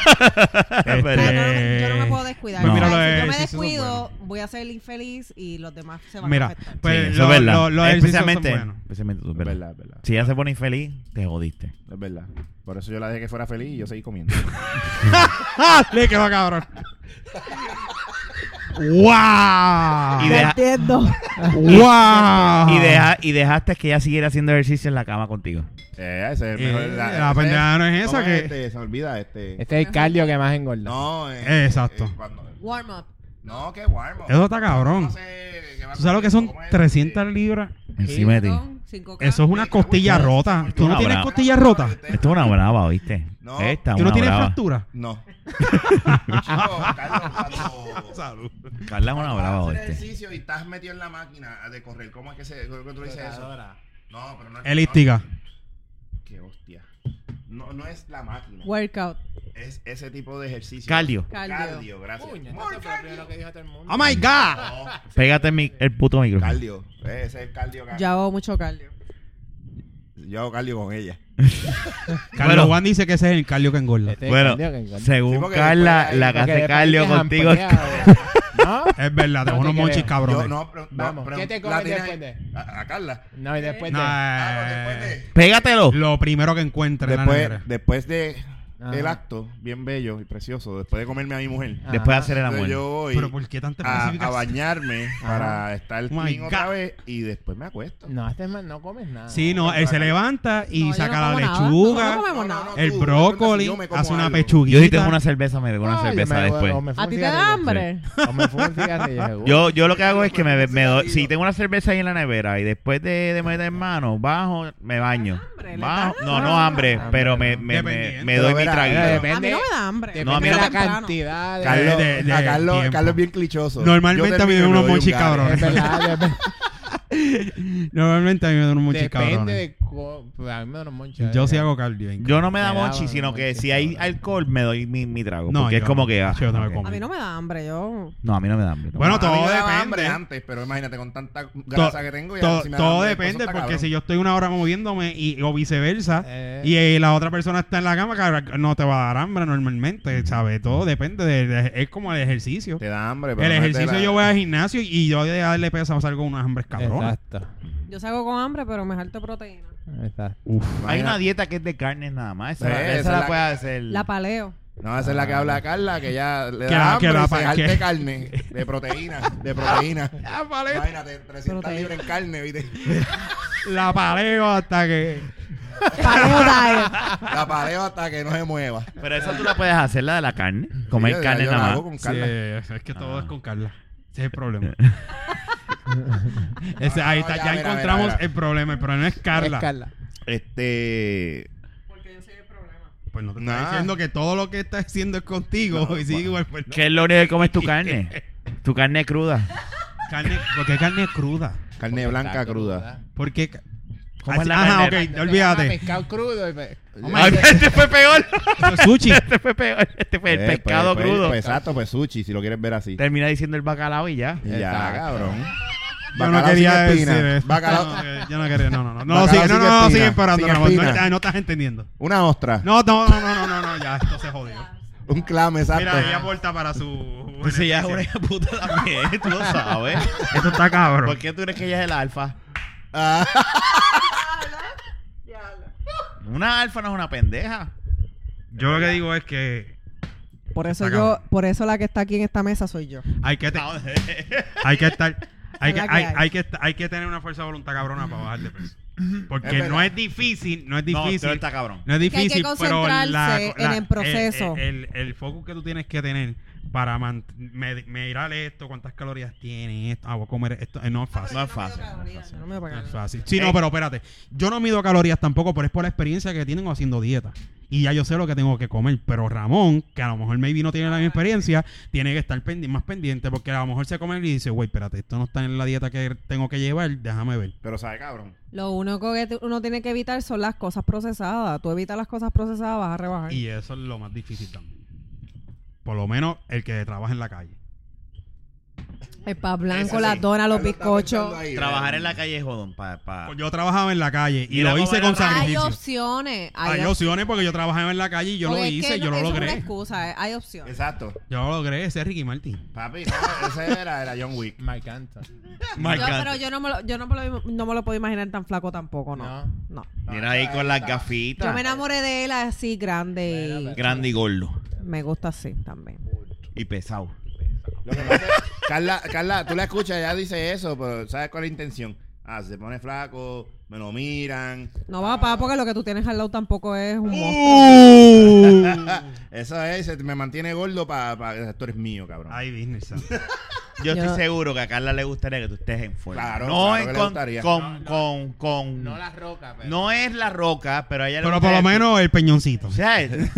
S1: Este-
S5: O sea, yo, no, yo no me puedo descuidar. O
S2: Pues
S5: sea,
S1: mira, los
S5: si yo me
S1: ejercicios son
S5: descuido,
S1: buenos.
S5: voy a ser infeliz y los demás se van a
S1: Mira,
S5: afectar.
S2: Sí,
S1: pues
S2: eso
S1: lo-
S2: es verdad.
S1: lo- los ejercicios son
S2: Especialmente,
S1: buenos.
S2: Especialmente tú,
S3: Es
S2: ¿verdad?
S3: verdad, es verdad.
S2: Si ella se pone infeliz, te jodiste.
S3: Es verdad. Por eso yo la dejé que fuera feliz y yo
S1: <laughs>
S3: seguí comiendo.
S1: <laughs> ¡Ah! Le quedó cabrón. ¡Wow!
S2: Y
S5: Te
S2: deja-
S5: entiendo.
S1: ¡Wow!
S2: Y, deja- y dejaste que ella siguiera haciendo ejercicio en la cama contigo.
S3: Eh, ese es el
S1: Eh,
S3: mejor.
S1: la
S3: ese
S1: pendejada no es
S3: ¿cómo
S1: esa que-
S3: este? se me olvida este.
S4: Este es el cardio que más engorda.
S3: No,
S1: Eh, exacto.
S3: cuando-
S5: Warm up.
S3: No, qué guarmo.
S1: Eso está cabrón. ¿Tú sabes lo que son
S3: este?
S1: 300 libras?
S2: Encima de ti.
S5: Son 5K.
S1: Eso es una costilla rota. ¿Tú no
S2: Una
S1: tienes
S2: brava.
S1: costilla rota?
S2: Esto es una brava, ¿viste?
S3: No.
S2: Esta,
S1: ¿Tú no
S2: una
S1: tienes
S2: brava.
S1: fractura?
S3: <laughs> No. Chico, Carlos, cuando-
S1: Salud.
S2: Carla es una
S3: cuando
S2: brava,
S3: haces
S1: este.
S2: ¿oíste?
S3: ejercicio y estás metido en la máquina de correr, ¿cómo es que se, cómo tú dices eso? No, pero no es-
S1: Elíptica.
S3: no, qué hostia. No, no es la máquina.
S5: Workout.
S3: Es ese tipo de ejercicio.
S2: Cardio.
S5: Cardio.
S3: Cardio, gracias. More cardio.
S1: ¡Oh, my God!
S3: No,
S2: Pégate el, mic- el puto micrófono.
S3: cardio. Eh, Ese es el cardio. que-
S5: Ya hago mucho cardio.
S3: Yo hago cardio con ella.
S1: Carlos
S2: Bueno. Eh,
S1: Juan dice que ese es el cardio que engorda.
S4: Este es el
S2: Bueno,
S4: cardio que engorda.
S3: Sí,
S2: según
S3: porque
S2: Carla,
S3: después
S2: la
S3: ahí-
S2: que
S4: Porque
S2: hace
S4: después
S2: cardio
S4: quedas
S2: contigo es
S4: hampeado. ¿No?
S1: Es verdad, te
S4: No te
S1: unos monchis
S4: creo.
S1: cabrones. Ah,
S3: Yo no, pero-
S4: Vamos,
S3: pero-
S4: ¿qué te
S3: la
S4: comes
S3: tienes-
S4: después
S3: A, a Carla.
S4: No, y después de...
S1: Nah,
S3: Ah, no, después de-
S2: Pégatelo.
S1: eh, Lo primero que encuentre en la
S3: después,
S1: nevera.
S3: después de
S4: Ajá.
S3: el acto bien bello y precioso después de comerme a mi mujer
S4: Ah,
S2: Después de
S4: Ajá.
S2: hacer el amor.
S3: entonces yo voy
S1: Pero ¿por qué tan te
S3: a, a
S1: especificas?
S3: bañarme para estar
S1: Oh my
S3: clean otra
S1: God.
S3: vez y después me acuesto
S4: No, este man no comes nada.
S1: Sí, no, él se levanta y
S5: No, yo
S1: saca
S5: no
S1: la
S5: como nada.
S1: lechuga,
S5: No, no comemos nada.
S1: el
S3: tú, me preguntas si
S1: brócoli,
S3: yo me como
S1: hace una
S3: algo.
S1: pechuguita.
S2: Yo si tengo una cerveza, me bebo una
S4: Ah, yo
S2: cerveza
S4: me-
S2: después.
S4: o me fumo
S5: ¿A ti te
S4: un
S5: da
S4: cigarrillo,
S5: hambre?
S4: sí. O me fumo un cigarrillo, seguro.
S2: Yo, yo lo que hago es que me, me doy,
S3: Salido.
S2: si tengo una cerveza ahí en la nevera y después de, de meter mano, bajo, me baño.
S5: hambre? ¿Le
S2: Bajo-
S5: das
S2: no, no hambre,
S4: Hambre,
S2: pero
S4: no.
S2: me, me, me,
S1: Dependiendo.
S2: me doy mi
S3: Pero verá,
S4: Pero
S2: traguito.
S4: depende-
S5: A mí no me da hambre.
S2: No, a mí me
S4: depende de
S2: da
S4: la
S5: temprano.
S4: cantidad de...
S3: Eh, Carlos,
S1: De- de- de
S3: a Carlos,
S1: tiempo.
S3: Carlos es bien clichoso
S1: Normalmente
S3: Yo
S1: a mí me
S3: termino y
S1: unos
S3: doy un
S1: monchis
S3: gare.
S1: cabrones.
S4: Es verdad,
S2: <laughs>
S4: dep-
S1: Normalmente a mí me dan unos monchis
S4: depende
S1: cabrones.
S4: de... co- pues, A mí me da unos monchis.
S1: Yo sí
S4: eh.
S1: hago cardio. en-
S2: Yo no me da
S4: Me da
S2: mochi,
S4: un
S2: sino que
S4: monchi,
S2: si hay
S4: cabrón.
S2: alcohol me doy mi, mi trago.
S1: No,
S2: porque es
S1: yo
S2: como
S1: no.
S2: que... ah,
S1: Yo no me
S2: ok.
S1: como.
S5: A mí no me da hambre, yo.
S2: No, a mí no me da hambre.
S1: Bueno,
S3: A mí
S1: todo
S3: me daba
S1: depende.
S3: hambre antes pero imagínate con tanta
S1: To-
S3: grasa que tengo y
S1: to-
S3: ahora sí me da
S1: todo
S3: hambre,
S1: depende,
S3: eso está
S1: porque
S3: cabrón.
S1: si yo estoy una hora moviéndome y, o viceversa,
S4: Eh.
S1: y eh, la otra persona está en la cama, cabrón, no te va a dar hambre normalmente, ¿sabes? Todo depende, de- de- es como el ejercicio.
S3: te da hambre
S1: El
S3: pero no es de
S1: ejercicio
S3: la-
S1: yo voy al gimnasio y yo de darle peso salgo con unas hambres cabronas.
S4: Exacto.
S5: Yo salgo con hambre, pero me jalto proteína.
S4: Exacto.
S2: Hay una
S3: Imagínate.
S2: dieta que es de carnes nada más. Esa,
S3: Sí,
S2: esa
S3: Eh, esa
S2: la
S3: la-
S2: puede hacer.
S5: La paleo.
S3: No, esa es la que habla Carla, que ya le
S1: Ah. Que
S3: da
S1: la- que
S3: hambre
S1: la
S3: y
S1: pa-
S3: se jarte
S1: que-
S3: carne, de proteína,
S1: <laughs>
S3: de proteína. Imagínate, 300
S5: Proteína.
S3: libras en carne, ¿viste?
S1: La paleo hasta que...
S5: Paleo diet.
S3: La pareo hasta que no se mueva.
S2: Pero esa tú la puedes hacer, la de la carne. Comer
S3: Sí,
S2: carne
S3: yo la
S2: nada
S3: hago
S2: más.
S3: con
S1: Sí,
S3: Carla.
S1: es que todo es con Carla. Ese es el
S3: <laughs>
S1: problema. <laughs> Ese- ahí está,
S3: No, no, ya,
S1: ya,
S3: mira, mira,
S1: encontramos
S3: mira.
S1: el problema. El problema es Carla.
S4: Es Carla.
S3: Este.
S5: Porque yo soy el problema.
S1: Pues no te
S3: Nah.
S1: está diciendo que todo lo que está haciendo es contigo.
S3: No,
S1: <laughs> y sigue
S3: bueno.
S1: igual, pues, no.
S2: ¿Qué es lo único que comes tu carne?
S1: <laughs>
S2: Tu carne cruda.
S1: Carne, porque carne cruda.
S2: Pues,
S3: Carne blanca cruda.
S1: Porque. ca-
S2: ¿Cómo es
S1: Así-
S2: la
S1: ajá,
S2: carne?
S1: ok, olvídate.
S4: Pescado crudo y... pe-
S1: <laughs>
S2: Ay, este fue peor.
S1: Eso es Sushi.
S2: Este fue peor. Este fue el
S3: Eh,
S2: pescado
S3: pues, pues,
S2: crudo.
S3: pues, exacto, pues sushi, si lo quieres ver así.
S2: Termina diciendo el bacalao y ya.
S3: Y ya,
S4: Exacto.
S3: cabrón.
S1: Yo
S3: Bacalao
S1: no
S3: sin
S1: quería
S3: espina.
S1: decir eso.
S3: Bacalao-
S1: No, eh, yo no quería. No, no, no. No,
S3: Bacalao
S1: sigue, no, no,
S3: sin
S1: no,
S3: espina.
S1: sigue emparando.
S3: Sin
S1: No, no,
S3: espina.
S1: no, no estás entendiendo.
S3: Una ostra.
S1: No, no, no, no, no, no, no, ya, esto se jodió.
S3: Un clame, exacto.
S1: Mira, ella aporta para su.
S2: Entonces ya Pues es una hija puta también, tú lo sabes.
S1: Esto está cabrón.
S2: ¿Por qué tú crees que ella es el alfa?
S3: Ah,
S2: Una alfa no es una pendeja.
S1: Yo lo que digo es que
S5: Por eso
S1: Está
S5: yo,
S1: cabrón.
S5: por eso la que está aquí en esta mesa soy yo.
S1: hay que, te-
S2: Pero
S1: hay que estar. Hay
S5: Es
S1: que,
S5: la que
S1: hay,
S5: hay.
S1: hay que, hay que tener una fuerza de voluntad cabrona para bajar de peso.
S3: Es
S1: Porque
S3: verdad.
S1: no es difícil, no es
S2: No,
S1: difícil.
S2: todo está cabrón.
S1: No es
S5: que hay que
S1: difícil, pero la-
S5: concentrarse
S1: la-
S5: en el proceso.
S1: El, el, el focus que tú tienes que tener para man- med- mirar esto, cuántas calorías tiene esto, ah, voy a comer esto, eh, no es fácil.
S2: No es fácil.
S5: No me voy a
S1: No
S5: pagar.
S1: es fácil. Sí,
S2: Eh.
S1: no, pero espérate. Yo no mido calorías tampoco, pero es por la experiencia que tienen haciendo dieta. Y ya yo sé lo que tengo que comer. Pero Ramón, que a lo mejor maybe no tiene
S5: Ah,
S1: la misma experiencia, tiene que estar pendi- más pendiente porque a lo mejor se come y dice, güey, espérate, esto no está en la dieta que tengo que llevar, déjame ver.
S3: Pero sabe, cabrón.
S5: Lo único que tú- uno tiene que evitar son las cosas procesadas. Tú evitas las cosas procesadas, vas a rebajar.
S1: Y eso es lo más difícil también. Por lo menos el que trabaja en la calle.
S5: El pan
S3: Ese
S5: blanco,
S3: sí.
S5: las donas, los
S3: Él lo está
S5: bizcochos.
S3: pensando ahí,
S2: Trabajar
S3: ¿verdad?
S2: en la calle, jodón, pa, pa.
S1: Pues Yo trabajaba en la calle y
S2: Ah. Mira
S1: lo
S2: cómo
S1: hice
S2: era
S1: con
S2: la-
S5: Hay
S1: sacrificio.
S5: opciones.
S1: Hay opciones porque yo trabajaba en la calle y yo lo
S5: Porque es que
S1: hice, yo
S5: no-
S1: lo
S5: eso Es
S1: logré.
S5: una excusa, eh, hay opciones.
S3: Exacto.
S1: Yo lo logré, ese es Ricky Martin.
S3: Papi, no, ese era, era John Wick.
S4: Mike Anton.
S2: Oh My
S5: Yo,
S2: God.
S5: pero yo no me lo, yo no me lo, no me lo puedo imaginar tan flaco tampoco, no.
S4: No.
S5: No.
S2: Mira ahí con las
S5: Yo me
S2: gafitas.
S5: enamoré de él así grande y
S2: Grande y gordo.
S5: me gusta así también.
S2: Y pesado.
S3: Lo que pasa es- Carla, Carla, tú la escuchas, ella dice eso, pero ¿sabes cuál es la intención? Ah, se pone flaco, me lo miran.
S5: No va papá, porque lo que tú tienes al lado tampoco es un monstruo.
S3: <laughs> Eso es, se- me mantiene gordo para... tú eres mío, cabrón.
S1: Ay, business. santo.
S2: Yo
S5: Yo-
S2: estoy seguro que a Carla le gustaría que tú estés en forma.
S3: Claro,
S2: no
S3: claro
S2: es
S3: que le
S2: con,
S3: gustaría.
S2: con, con, con-
S4: No la roca, pero.
S2: no es la roca, pero a ella le
S1: Pero por
S2: gustaría-
S1: lo menos
S2: <laughs>
S1: el peñoncito.
S2: O sea, es-
S3: Yo <laughs>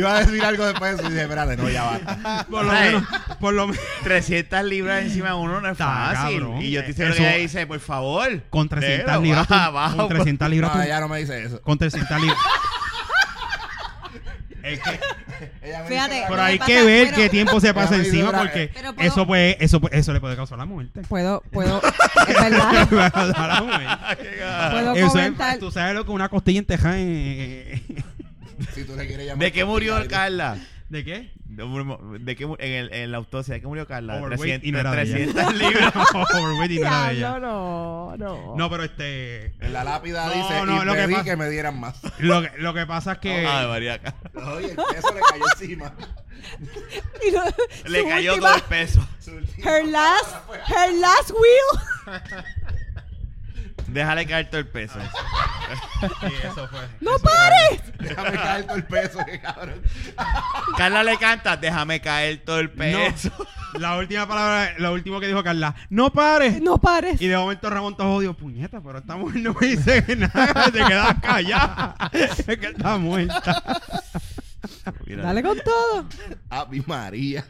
S3: iba a decir algo después de eso y dije, espérate, no, ya basta.
S1: <laughs> Por lo
S2: Ay.
S1: menos, por lo menos.
S2: 300 libras encima de uno no es
S1: Está
S2: fácil.
S1: cabrón.
S2: Y yo estoy seguro
S1: Eso-
S2: que ella dice, por favor. Ah,
S1: Con 300
S2: negro, <laughs>
S1: libras. tú-
S2: baja, baja,
S1: Con 300 libras.
S3: No,
S1: tú-
S3: ella no me dice eso.
S1: Con 300 libras. Es que-
S3: Ella me
S5: Fíjate,
S3: dice,
S1: pero
S5: Lo que
S1: hay
S5: pasa-
S1: que ver
S5: pero-
S1: qué tiempo se pasa
S3: Pero-
S1: encima
S3: pero-
S1: porque
S5: pero puedo-
S1: eso puede, eso puede- eso le puede causar la
S5: <laughs>
S1: muerte.
S5: Puedo, puedo, es verdad,
S1: <laughs> Le puede causar la muerte.
S5: puedo
S1: Eso es-
S5: comentar.
S1: tú sabes lo que una costilla en Teján, eh, eh,
S3: si tú le quieres llamar...
S2: <laughs> ¿De qué murió Carla?
S1: ¿De qué? <laughs>
S2: De, de qué mu- en, el, en la autopsia, ¿de qué murió Carla?
S1: Overweight
S2: 300,
S1: y no era de ella. <laughs>
S2: 300 libras.
S1: Overweight y no era de ella.
S5: Diablo, no, no.
S1: No, pero este.
S3: En la lápida
S1: No,
S3: dice,
S1: no,
S3: y
S1: lo que
S3: pedí
S1: pasa-
S3: que, me dieran
S1: <laughs>
S3: más.
S1: Lo que, lo que pasa es que.
S2: Ay, María Carla.
S3: Oye, el peso le cayó
S1: <laughs>
S3: encima.
S5: Y no-
S2: Le
S5: su
S2: cayó
S5: última-
S2: todo el peso.
S3: Su última
S5: Her last,
S3: palabra fue,
S5: her last wheel.
S2: Déjale caer todo el peso.
S1: Sí, eso fue.
S5: <laughs> No pares.
S3: Déjame caer todo el peso, que cabrón.
S2: Carla le canta, déjame caer todo el peso.
S1: No. <laughs> La última palabra, lo último que dijo Carla, no pares.
S5: No pares.
S1: Y de momento Ramón todo odio, puñeta, pero esta mujer no me dice nada, <laughs> se queda callada. <laughs> Es que está muerta.
S2: Mira,
S5: Dale con todo.
S3: Ave María.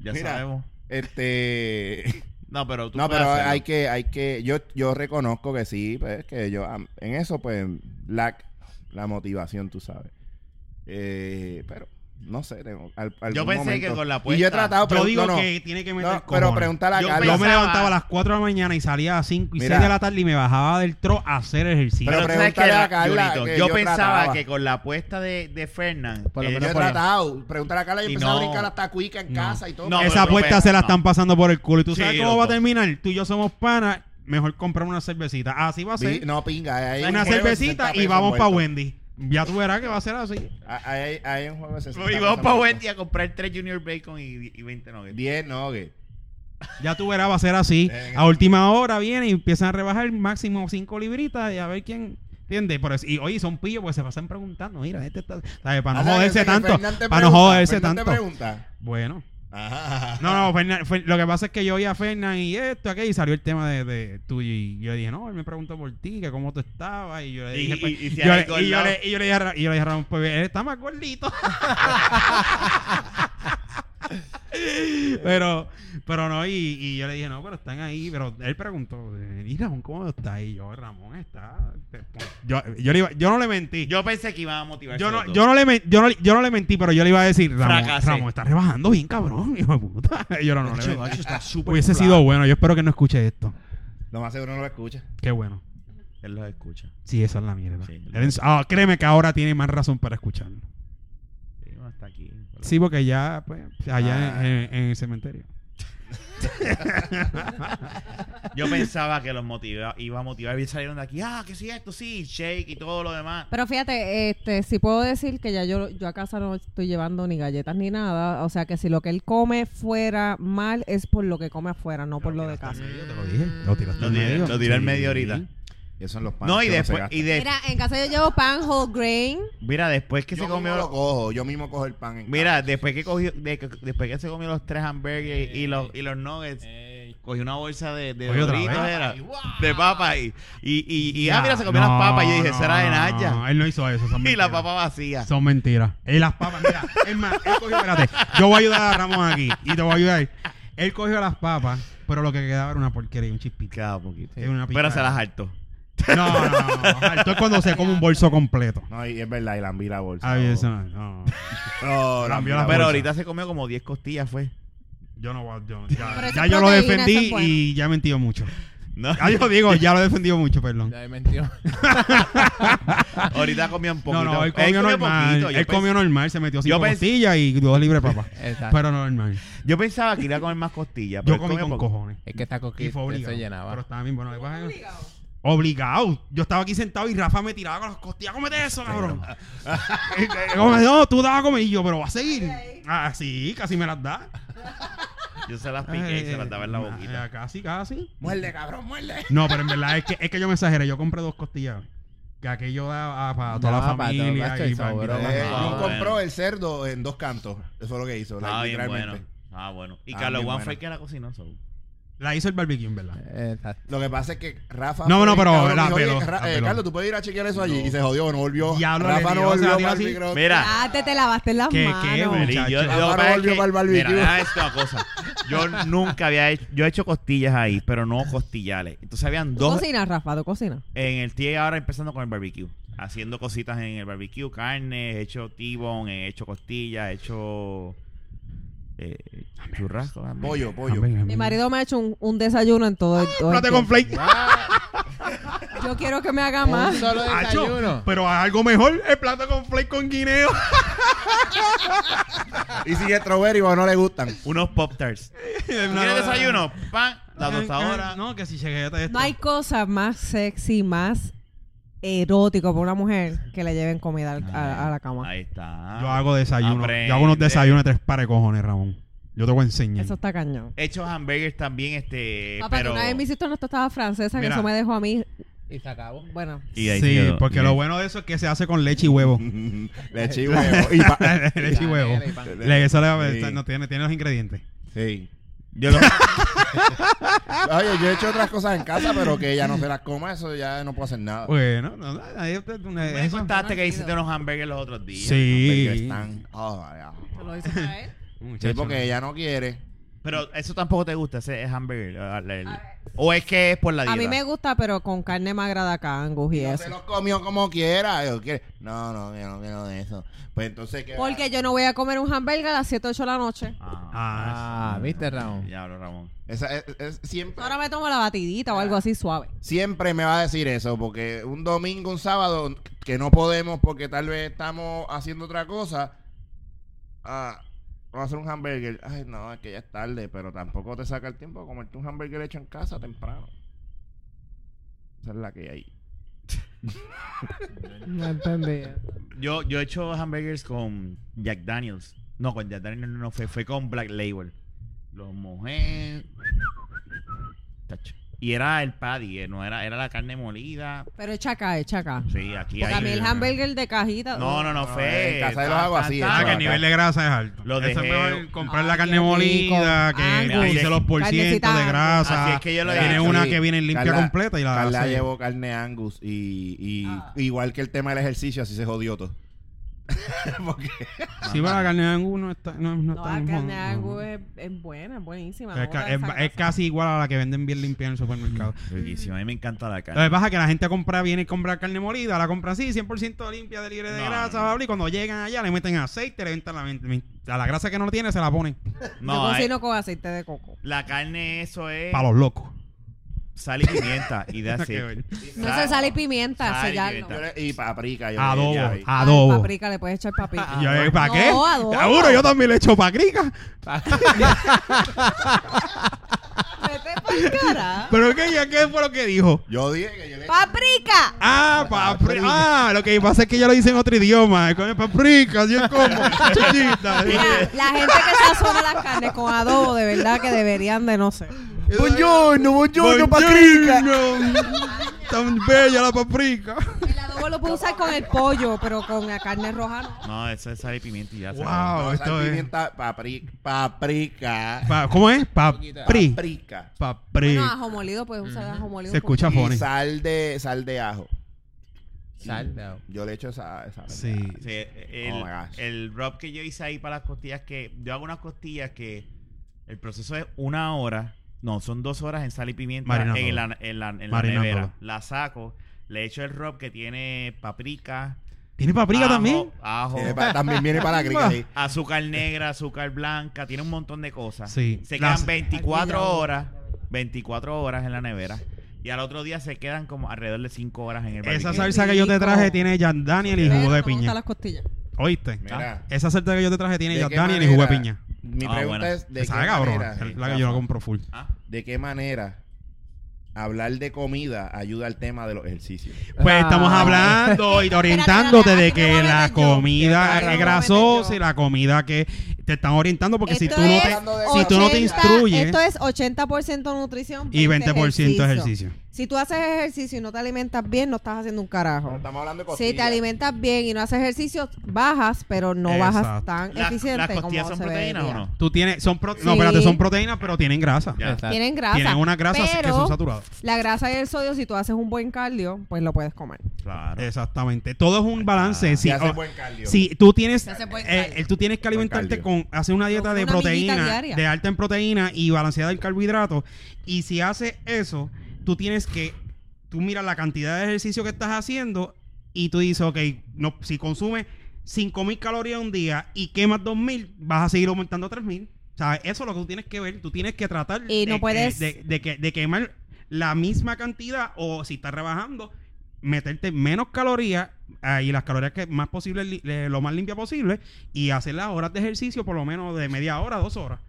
S2: Ya
S3: Mira.
S2: sabemos.
S3: Este...
S2: No, pero tú
S3: No,
S2: puedes
S3: pero
S2: hacerlo.
S3: hay que, hay que, yo, yo reconozco que sí, pues, que yo, am- en eso, pues, la, la motivación, tú sabes. Eh, pero, no sé, tengo, al,
S2: Yo
S3: algún
S2: pensé
S3: momento-
S2: que con la
S3: Y yo
S2: apuesta-
S3: he tratado, pero
S1: Yo digo
S3: Ah, no, no,
S2: este
S1: que tiene que meter
S3: no,
S1: cojones.
S3: pero preguntar a
S2: Yo
S3: Carla.
S1: Yo me
S2: pensaba-
S1: levantaba a las 4 de la mañana y salía a 5 y
S3: Mira.
S1: 6 de la tarde y me bajaba del tro a hacer ejercicio.
S3: Pero
S2: Pero tú sabes que
S3: pregúntale
S2: la-
S3: a Carla
S2: Junito,
S3: que
S2: yo,
S3: yo
S2: pensaba
S3: trataba.
S2: que con la apuesta de, de Fernand.
S4: Por lo
S2: eh,
S3: Yo he
S4: menos por-
S3: tratado, preguntar a Carla y
S2: Y
S3: empezar a
S2: no.
S3: brincar hasta cuica en
S1: No.
S3: casa y todo.
S2: No,
S1: Esa
S2: pero-
S1: apuesta
S2: pero-
S1: se la
S2: no.
S1: están pasando por el culo. ¿Y tú
S2: Sí,
S1: sabes cómo va a
S2: loco.
S1: terminar? Tú y yo somos panas, mejor comprar una cervecita. Así va a
S3: Vi-
S1: ser.
S3: no, pinga, hay
S1: una
S3: un juego de
S1: cervecita
S3: 60
S1: y vamos
S3: pesos
S1: para
S3: muerto.
S1: Wendy. Ya tú verás que va a ser así.
S3: Hay, hay- hay un juego de 60
S2: Y
S3: pesos
S2: vamos para
S3: muerto.
S2: pues, Wendy a comprar 3 Junior Bacon y, y 20 nuggets.
S3: 10 nuggets.
S1: Ya tú verás, va a ser así.
S3: Venga.
S1: A última hora viene y empiezan a rebajar máximo 5 libritas y a ver quién. ¿Entiendes? Pero, es- y oye, son pillos porque se pasan preguntando. Mira, este está. ¿sabes? Para
S3: O
S1: no
S3: sea, que-
S1: joderse
S3: que
S1: tanto.
S3: Fernan te
S1: Para no
S3: pregunta,
S1: joderse
S3: Fernan te
S1: tanto.
S3: pregunta.
S1: Bueno.
S3: Ajá.
S1: No, no, Fernan- Fer- lo que pasa es que yo oí a Fernan y esto, aquello, y salió el tema de, de tuyo. Y yo dije, no, él me preguntó por ti, que cómo tú estabas. Y yo le
S2: Y- y-
S1: dije, pues,
S2: y si
S1: yo
S2: hay
S1: le-
S2: gol,
S1: y yo
S2: no.
S1: le- y yo le dije a Ra- y yo le dije a Ramón, pues él está más gordito. <laughs> pero, pero no, y, y yo le dije, no, pero están ahí. Pero él preguntó, ¿y Ramón cómo está? Y yo, Ramón está. te- Yo, yo, le iba- yo no le mentí. Yo,
S2: Yo pensé que iban a motivar.
S1: no, yo, no le men- yo, no, le- yo no le mentí, pero yo le iba a decir, Ramón,
S2: Fracasé.
S1: Ramón está rebajando bien, cabrón, <laughs> hijo de puta. Y yo no, no le mentí.
S2: está súper.
S1: Hubiese sido bueno, yo espero que no escuche esto.
S3: Lo más seguro no lo escucha.
S1: Qué bueno.
S2: Él los escucha.
S1: Sí, esa es la mierda.
S2: Sí.
S1: Él en- ah, créeme que ahora tiene más razón para escucharlo.
S2: Sí, no, está aquí.
S1: Sí, porque ya, pues, allá en,
S3: Ah.
S1: en- en el cementerio.
S2: Yo pensaba que los motiva, iba a motivar y salieron de aquí. Ah, que sí, esto sí, shake y todo lo demás.
S5: Pero fíjate, este, si puedo decir que ya yo, yo a casa no estoy llevando ni galletas ni nada. O sea que si lo que él come fuera mal es por lo que come afuera, no por lo de casa.
S1: Yo te lo dije. Lo tiraste
S2: Lo
S1: al
S2: tiré-
S1: medio.
S2: lo tiré al
S1: Sí.
S2: medio ahorita.
S3: Y eso en los panes
S2: No, y
S3: que se
S2: después.
S3: gastan.
S2: y de-
S5: Mira, en casa yo llevo pan whole grain.
S2: mira, después que
S3: yo
S2: se
S3: mismo
S2: comió.
S3: lo cojo, yo mismo cojo el pan en
S1: Ah.
S2: Mira, después que cogió, de- después que se comió los tres hamburgues y los, y los nuggets,
S4: Ey.
S2: cogió una bolsa de, de
S1: Oye, otra
S2: Doritos,
S1: vez.
S2: era, de papa y, y, y, y, ah,
S1: Ya.
S2: mira, se comió
S1: No,
S2: las papas y yo dije,
S1: no,
S2: será de
S1: no,
S2: Naya.
S1: no, él no hizo eso. Son
S2: y
S1: mentiras.
S2: la papa vacía.
S1: Son mentiras. Y las papas, mira. Es más, él cogió, espérate. Yo voy a ayudar a Ramón aquí. Y te voy a ayudar. Él cogió las papas, pero lo que quedaba era una porquería, un chispito.
S2: Cada poquito.
S1: Es una
S2: Pero se
S1: picada.
S2: las hartó.
S1: No, no, no. no. Esto es cuando se come un bolso completo.
S3: No, y es verdad, y la enví la bolsa.
S1: Ay, eso no. no.
S3: No,
S1: Cambió
S3: lambí la
S1: la
S3: bolsa.
S2: Pero
S1: bolsa.
S2: ahorita se comió como 10 costillas, fue.
S1: Yo no voy a- yo- ya,
S5: Pero esas
S1: ya yo lo
S5: proteínas
S1: defendí
S5: son buenas.
S1: y ya he mentido mucho. <laughs>
S2: No,
S1: Ya yo digo, ya lo he defendido mucho, perdón.
S4: Ya me mentió.
S2: ahorita comía un poquito.
S1: No, no, él comió normal.
S2: poquito,
S1: él
S2: yo, pens-
S1: comió normal, se metió cinco
S2: Yo pens-
S1: costillas y dos libres de papa.
S4: Exacto.
S1: pero normal.
S2: yo pensaba que iba a comer más costillas. pero
S1: Yo
S2: él
S1: comí
S2: comió
S1: con
S2: poco.
S1: cojones.
S4: <laughs> es que esta
S1: Y
S4: coquita
S1: fue
S4: se
S1: obligado. Pero
S4: llenaba.
S1: estaba bien bueno. Obligado. Yo estaba aquí sentado y Rafa me tiraba con las costillas. Cómete eso, cabrón. <laughs> Y- y- como, no, tú dabas a comer y yo, pero va a seguir. Ah, sí, casi me las da.
S2: Yo se las piqué y se las daba en la boquita.
S1: Eh, Casi, casi.
S4: Muerde, cabrón, muerde.
S1: No, pero en verdad es que, es que yo me exageré. Yo compré dos costillas. Que aquello da ah, para toda
S4: No,
S1: la
S4: para todo,
S1: familia.
S4: macho,
S1: y
S4: el
S1: para
S4: sabor,
S1: invitar a la
S3: Eh,
S1: gente.
S2: Ah,
S3: Jun
S2: bueno.
S3: compró el cerdo en dos cantos. Eso fue lo que hizo,
S2: Estaba
S3: like,
S2: Ah, bien
S3: literalmente.
S2: bueno. Ah, bueno. Y
S3: Ah,
S2: Carlos
S3: bien
S2: Juan
S3: bueno.
S2: fue el que la cocinó. so.
S1: La hizo el barbecue, en
S2: Eh,
S1: verdad.
S4: Exacto.
S3: Lo que pasa es que Rafa.
S1: No,
S3: fue
S1: no,
S3: bien
S1: pero
S3: cabrón,
S1: la
S3: dijo, "Oye,
S1: peló,
S3: Ra-
S1: la
S3: eh,
S1: peló.
S3: Carlos, tú puedes ir a chequear eso allí. Y se jodió, no volvió.
S1: Diablo, le
S3: Rafa
S1: dio,
S3: no
S1: se la
S3: volvió
S1: tiró
S3: para el
S1: así.
S3: micro-
S2: Mira.
S5: Date, te lavaste las
S1: ¿Qué,
S5: manos.
S1: qué, güey?
S2: Mira, yo,
S1: muchacho.
S2: lo que
S3: Ahora
S2: pasa es
S3: volvió
S2: que-
S3: para el barbecue.
S2: mira, nada, es una cosa. Yo nunca había hecho, yo he hecho costillas ahí, pero no costillales. Entonces habían
S5: Tú
S2: dos
S5: cocinas, Rafa, tú cocinas.
S2: en el TIE ahora empezando con el barbecue. Haciendo cositas en el barbecue, carne, he hecho tibón, he hecho costillas, he hecho eh, churrasco. ah, también.
S3: Pollo, pollo.
S1: Amén, amén.
S5: Mi marido me ha hecho un, un desayuno en todo, el- todo el
S1: Plato con
S5: tiempo.
S1: flake.
S5: Yo quiero que me haga
S4: Un
S5: más.
S4: solo
S1: Acho,
S4: desayuno.
S1: pero algo mejor, el plato con flake con guineo.
S3: Y si es strawberry, porque no le
S2: <laughs>
S3: gustan.
S2: Unos pop tarts. ¿Quieres
S1: <laughs>
S2: desayuno? Pan, la tostadora.
S1: Eh, No, que si llegué a
S5: No hay cosa más sexy, más erótico para una mujer que le lleven comida al- a, a la cama.
S2: Ahí está.
S1: Yo hago desayuno.
S2: Aprende.
S1: Yo hago unos desayunos de tres pares de cojones, Ramón. Yo te voy a enseñar.
S5: Eso está cañón.
S2: He hecho hamburgers también, este.
S5: Papá,
S2: pero...
S5: que una vez me hiciste una tostada francesa que
S2: Mira.
S5: eso me dejó a mí.
S4: Y se acabó.
S5: Bueno,
S2: Y ahí
S1: sí,
S2: quedó.
S1: porque
S2: Y
S1: lo
S2: ahí-
S1: bueno de eso es que se hace con leche
S2: <laughs>
S1: y huevo. <laughs>
S3: Le eché huevo. Y pa-
S1: leche y huevo. Ah,
S4: Canela y pan.
S1: <laughs> Le- Eso le va a
S3: Sí.
S1: no tiene, tiene los ingredientes.
S3: Sí.
S2: Yo lo-
S3: Oye, yo he hecho otras cosas en casa, pero que ella no se las coma, eso ya no puedo hacer
S2: Ah.
S3: nada.
S1: Bueno, no, no, ahí usted-
S2: Me
S1: eso-
S2: contaste que hiciste unos hamburgers los otros días.
S3: Porque
S1: Sí.
S3: están- oh, my God.
S5: ¿te lo hice para él?
S3: Sí,
S1: Muchacho,
S3: porque ella no quiere.
S2: Pero eso tampoco te gusta, ese es hamburger. el- el- o es que es por la dieta.
S5: A mí me gusta, pero con carne magra de acá, angus y
S3: No
S5: eso.
S3: se los comió como quiera. Yo, ¿quiere? No, no, yo no quiero de eso. Pues entonces, ¿qué?
S5: Porque yo no voy a comer un hamburger a las 7 8 de la noche.
S2: Ah,
S1: Ah,
S4: Ah, ¿viste, Raúl?
S2: diablo, Ramón.
S3: Esa- es- es- siempre,
S5: Ahora me tomo la batidita o
S1: Ah.
S5: algo así suave.
S3: siempre me va a decir eso, porque un domingo, un sábado, que no podemos porque tal vez estamos haciendo otra cosa. Ah, vamos a hacer un hamburger. Ay, no, es que ya es tarde, pero tampoco te saca el tiempo de comerte un hamburger hecho en casa temprano. Esa es la que hay.
S4: No entendía.
S2: Yo, yo he hecho hamburgers con Jack Daniels. No, con Jack Daniels no, no fue, fue con Black Label. Los mojé. Tacho. Y era el patty, eh, no era, era la carne molida.
S5: Pero echa acá, echa acá.
S2: Sí, aquí
S5: Porque a mí
S2: hay.
S5: el hamburger de cajita. uh,
S2: No, no, no, fue.
S3: en casa yo los hago así,
S2: Tan,
S1: Ah,
S2: tan,
S1: que el
S3: acá.
S1: nivel de grasa es alto.
S2: Lo
S1: Eso es
S2: dejé-
S1: mejor comprar
S5: Ay,
S1: la carne
S5: Ah, qué rico.
S1: molida,
S5: Angus.
S1: que dice los por ciento
S5: Carnecita
S1: de
S5: Angus.
S1: grasa.
S2: Así es que yo lo he
S1: Tiene
S2: hecho,
S1: una
S3: Sí,
S1: que viene limpia
S3: Carla-
S1: completa y la
S3: Carla
S1: hace-
S3: llevó carne Angus y, y
S2: Ah.
S3: igual que el tema del ejercicio, así se jodió todo. Porque
S1: Sí, pero la carne de angus no está no, no
S5: No,
S1: está
S5: la
S1: en-
S5: carne de
S1: no,
S5: angus
S1: no.
S5: es, es buena, es buenísima.
S1: Es,
S5: no
S1: ca-
S5: botas
S1: es-
S5: esa
S1: es
S5: grasa.
S1: casi igual a la que venden bien limpia en el supermercado.
S2: Riquísimo, a mí me encanta la
S1: Lo
S2: carne.
S1: que pasa es que la gente compra, viene y compra carne molida, la compra así, 100% limpia, de libre de
S2: No,
S1: grasa,
S2: no.
S1: bla, bla, y cuando llegan allá le meten aceite, le meten la, a la grasa que no tiene, se la ponen
S2: No, eh,
S5: yo
S2: hay-
S5: cocino con aceite de coco.
S2: la carne, eso es
S1: para los locos.
S2: sal y pimienta.
S1: <laughs>
S2: Y de
S1: Nada
S2: así.
S1: que ver.
S5: No
S2: Sal-
S5: se sale pimienta,
S2: sal y
S5: sellarlo.
S2: pimienta.
S3: yo le- y paprika. Yo le- ya vi.
S1: Adobo,
S5: Ay,
S1: adobo.
S5: paprika, le puedes echar
S1: <laughs>
S5: paprika.
S1: Yo, eh, ¿Para qué?
S5: No, adobo.
S1: Seguro, yo también le echo paprika.
S5: Vete pa'l cara.
S1: Pero es que ya qué fue lo que dijo.
S3: Yo dije que yo le
S5: ¡Paprika!
S1: Ah, paprika. Ah, lo que pasa es que ya lo dice en otro idioma. Es Con paprika, así
S2: <laughs>
S1: es como. <laughs> Chiquita.
S5: Mira, la gente que sazona las carnes con adobo, de verdad que deberían de no sé.
S1: Buongiorno, buongiorno, paprika. Tan bella la paprika.
S5: El adobo lo puedes usar con el pollo, pero con la carne roja no.
S2: No, eso es sal y pimienta y ya. se acabó.
S1: Wow,
S3: no, sal,
S1: esto es.
S3: pimienta, papri- paprika.
S1: Pa- ¿Cómo es? Papri.
S3: Paprika.
S5: Bueno,
S1: Paprika.
S5: ajo molido, puedes usar ajo molido.
S1: Se
S5: un poquito.
S1: escucha
S3: Y
S1: funny.
S3: sal de, sal de ajo.
S4: Saldo.
S3: Yo le echo esa, esa
S1: Sí.
S2: Sí, eh, el,
S3: Oh my gosh.
S2: el rub que yo hice ahí para las costillas que yo hago unas costillas que el proceso es una hora no son dos horas en sal y pimienta
S1: Marinando.
S2: en la, en la, en la
S1: Marinando.
S2: nevera la saco le echo el rub que tiene paprika
S1: ¿Tiene paprika
S2: Ajo,
S1: también?
S2: Ajo.
S3: Eh, pa- también viene para
S1: Ah,
S3: crica ahí.
S2: azúcar negra, azúcar blanca, tiene un montón de cosas.
S1: Sí.
S2: Se
S1: La-
S2: quedan 24
S5: Aquí ya-
S2: horas, 24 horas en la nevera. Y al otro día se quedan como alrededor de 5 horas en el
S1: Esa
S2: barbecue.
S5: sal-
S1: salsa que yo te
S5: rico.
S1: traje tiene Jack Daniel y
S5: Pero
S1: jugo
S5: no
S1: de
S5: me
S1: piña.
S5: gustan las costillas.
S1: ¿Oíste?
S3: Mira.
S1: Esa salsa que yo te traje tiene
S3: ¿de
S1: Jack
S3: qué
S1: Daniel y jugo de
S3: manera-
S1: piña.
S3: Mi
S2: Ah,
S3: pregunta
S2: bueno.
S3: es: ¿de qué,
S1: Esa cabrón.
S3: manera,
S1: Es la que yo la
S3: Rafa,
S1: compro full.
S2: Ah,
S3: ¿de qué manera hablar de comida ayuda al tema de los ejercicios?
S1: Pues
S4: Ah.
S1: estamos hablando y orientándote
S5: espérate,
S1: de
S5: aquí me voy
S1: que
S5: a
S1: la
S5: meter yo.
S1: comida
S5: Aquí me
S1: es
S5: voy a meter
S1: grasosa
S5: yo.
S1: y la comida que te están orientando porque si
S5: Esto
S1: tú no te
S5: es
S1: si tú no te
S5: 80
S1: instruyes
S5: Esto es 80% nutrición
S1: y 20% ejercicio.
S5: Si tú haces ejercicio y no te alimentas bien, no estás haciendo un carajo.
S3: Pero estamos hablando de
S5: Si te
S3: costillas.
S5: alimentas bien y no haces ejercicio, bajas, pero no
S1: Exacto.
S5: bajas tan
S2: ¿las-
S5: eficiente
S2: ¿Las costillas
S5: como
S2: son
S5: se
S2: proteínas o
S5: debería.
S2: no?
S1: Tú tienes son pro- no,
S5: Sí.
S1: espérate, son proteínas, pero tienen grasa.
S2: Ya.
S4: Exacto.
S5: Tienen grasa.
S1: Tienen unas grasas que
S5: pero
S1: son saturadas.
S5: La grasa y el sodio, si tú haces un buen cardio, pues lo puedes comer.
S2: Claro.
S1: Exactamente. Todo es un balance.
S2: Ah.
S1: Si,
S3: Y Pues hace
S1: oh,
S3: buen cardio.
S1: si tú tienes
S5: Se hace buen
S1: eh,
S5: cardio.
S1: tú tienes que
S3: Buen
S1: alimentarte
S3: cardio.
S1: con hacer una dieta
S5: Con
S1: de
S5: una millita
S1: proteína,
S5: diaria.
S1: de alta en proteína y balanceada en carbohidratos y si haces eso, tú tienes que tú miras la cantidad de ejercicio que estás haciendo y tú dices, ok, no, si consumes 5000 calorías un día y quemas 2000, vas a seguir aumentando a 3000. O sea, eso es lo que tú tienes que ver. Tú tienes que tratar
S5: Y no
S1: de,
S5: puedes-
S1: de- de que- de quemar la misma cantidad o si estás rebajando, meterte menos calorías ah, y las calorías que más posible, li- eh, lo más limpia posible y hacer las horas de ejercicio por lo menos de media hora, dos horas.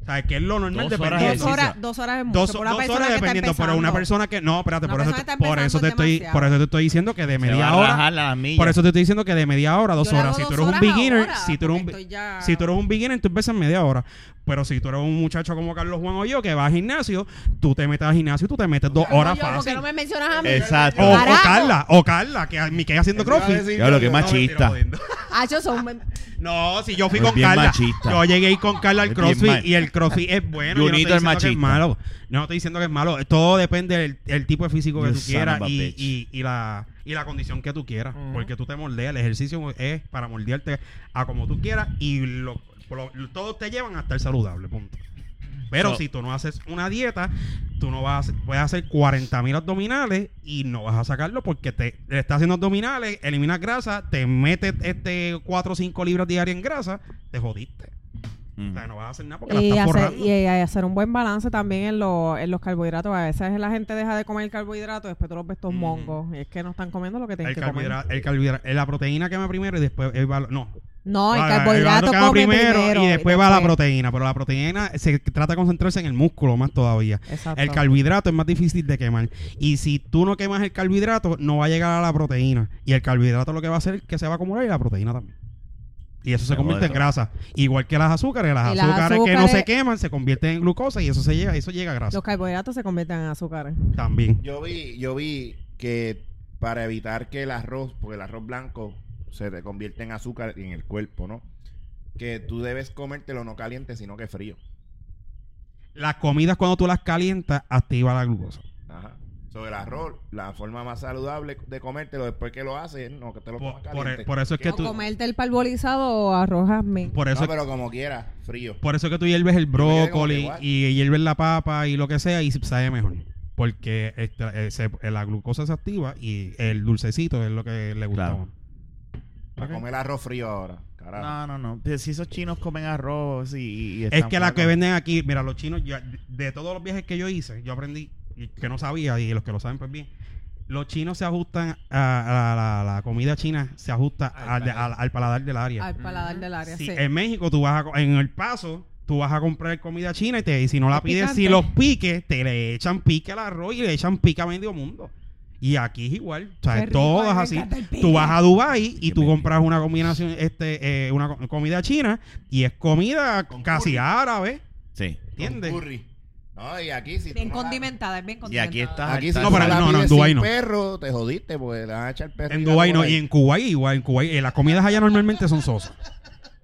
S1: O sea, que es lo normal
S2: Dos horas
S1: dependiendo-
S5: Dos
S2: ejercicio.
S5: horas, dos horas es mucho.
S1: dos,
S5: por una
S1: dos
S5: persona
S1: horas
S5: que está
S1: dependiendo pero una
S5: empezando.
S1: persona que no espérate
S5: Una
S1: por eso,
S5: persona que está
S1: por eso te
S5: empezando es
S1: estoy por eso te estoy diciendo que de
S2: Se va
S1: media
S2: a
S1: hora
S2: rajar las millas.
S1: por eso te estoy diciendo que de media hora a dos
S5: Yo le hago
S1: horas si tú
S5: dos
S1: eres un
S5: horas
S1: beginner
S5: ahora,
S1: si tú eres un
S5: porque
S1: be-
S5: estoy ya-
S1: si tú eres un beginner tú empiezas en media hora pero si tú eres un muchacho como Carlos Juan o yo que va al gimnasio tú te metes al gimnasio y tú te metes dos
S5: Como
S1: horas
S5: yo, porque
S1: fácil
S5: no me mencionas a mí?
S2: Exacto.
S1: o, o
S5: Carajo.
S1: Carla o Carla que a mí que haciendo
S3: Eso iba a
S1: crossfit
S3: decir
S2: Ya lo
S3: yo,
S2: que
S3: yo,
S2: más-
S1: No, mentira,
S2: Machista. <laughs>
S1: jodiendo.
S5: Ah, yo son-
S1: No, si yo fui
S2: Es
S1: con
S2: bien
S1: Carla.
S2: machista.
S1: Yo llegué ahí con Carla al
S2: Es bien
S1: CrossFit
S2: ma-
S1: y el CrossFit es bueno. Yo no
S2: Junito
S1: estoy
S2: es
S1: diciendo que es
S2: machista.
S1: malo. No estoy diciendo que es malo. Todo depende del el tipo de físico que
S2: You
S1: tú
S2: son
S1: quieras
S2: of a
S1: y,
S2: bitch.
S1: y, y la, y la condición que tú quieras.
S4: Ujú.
S1: Porque tú te moldeas. El ejercicio es para moldearte a como tú quieras y lo, lo- todos te llevan a estar saludable. Punto. Pero
S2: So-
S1: si tú no haces una dieta, tú no vas a hacer, puedes hacer 40 mil abdominales y no vas a sacarlo porque te le estás haciendo abdominales, eliminas grasa, te metes este 4 o 5 libras diarias en grasa, te jodiste. O
S2: Mm.
S1: sea, Ah, no vas a hacer nada porque la
S5: y,
S1: estás
S5: hacer,
S1: forrando.
S5: y, y hacer un buen balance también en, lo- en los carbohidratos. A veces la gente deja de comer carbohidratos y después tú los ves todos
S1: Ujú.
S5: mongos. Y es que no están comiendo lo que tienen
S1: Mm. El
S5: que comer.
S1: carbohidrato, el carbohidrato, la proteína quema primero y después el valo- no,
S5: No, el
S1: Ah,
S5: carbohidrato
S1: quema
S5: come primero,
S1: y después va la proteína, pero la proteína se trata de concentrarse en el músculo más todavía.
S5: Exacto.
S1: El carbohidrato es más difícil de quemar. Y si tú no quemas el carbohidrato, no va a llegar a la proteína. Y el carbohidrato lo que va a hacer es que se va a acumular y la proteína también. Y eso se
S2: Pero
S1: convierte en
S2: bueno.
S1: grasa. Igual que las azúcares. Las,
S5: Y las
S1: azúcares, que no
S5: azúcares-
S1: se queman se convierten en glucosa y eso se llega, eso llega a grasa
S5: Los carbohidratos se convierten en azúcar.
S1: también.
S3: Yo vi, yo vi que para evitar que el arroz, porque el arroz blanco se te convierte en azúcar en el cuerpo, ¿no? Que tú debes comértelo no caliente, sino que frío.
S1: Las comidas cuando tú las calientas activa la glucosa.
S3: Ajá. Sobre el arroz, la forma más saludable de comértelo después que lo haces, no que te lo
S1: Por,
S3: comas
S1: por-
S3: caliente.
S1: por eso es que
S5: o
S1: tú
S5: comerte el parbolizado o arrojarme.
S1: por eso
S3: No,
S1: es-
S3: pero como quiera, frío.
S1: por eso es que tú hierves el
S3: me quedé como que
S1: brócoli
S3: igual.
S1: y hierves la papa y lo que sea y sabe mejor. Porque este, eh, se- la glucosa se activa y el dulcecito es lo que le gusta
S2: Claro.
S1: más.
S3: Para comer arroz frío ahora. Carajo.
S2: No, no, no. Pero Si esos chinos comen arroz y. y- y
S1: Es
S2: están
S1: que la que
S2: flacos.
S1: venden aquí, mira, los chinos, yo- de todos los viajes que yo hice, yo aprendí, y que no sabía, y los que lo saben, pues bien. Los chinos se ajustan a, a la, la comida china, se ajusta al, al- al paladar del área.
S5: Al paladar del área,
S1: Si
S5: sí.
S1: En México, tú vas a, co- en El Paso, tú vas a comprar comida china y, te, y si no la
S5: Es
S1: pides,
S5: picante.
S1: si los piques, te le echan pique al arroz y le echan pique a medio mundo. Y aquí es igual, o sea,
S5: Qué rico,
S1: todas
S5: a mí me
S1: así.
S5: encanta el pique.
S1: Tú vas a Dubai y
S2: Qué
S1: tú
S2: mentira.
S1: compras una combinación, este, eh, una co- comida china y es comida casi árabe,
S2: Sí.
S3: Con
S1: ¿entiendes?
S3: curry. No, y aquí si tú
S5: Bien
S3: no la-
S5: condimentada, es bien
S2: Y
S5: condimentada.
S2: aquí está.
S3: Aquí si
S2: está-
S1: No, pero
S3: la
S1: no, no, en
S3: pides
S1: Dubái
S3: sin
S1: no.
S3: perro, te jodiste, porque le van a echar perro.
S1: En
S3: y
S1: Dubái
S3: algo
S1: no,
S3: por
S1: y
S3: ahí.
S1: en Kuwait igual, en Kuwait eh, las comidas allá normalmente son sosas.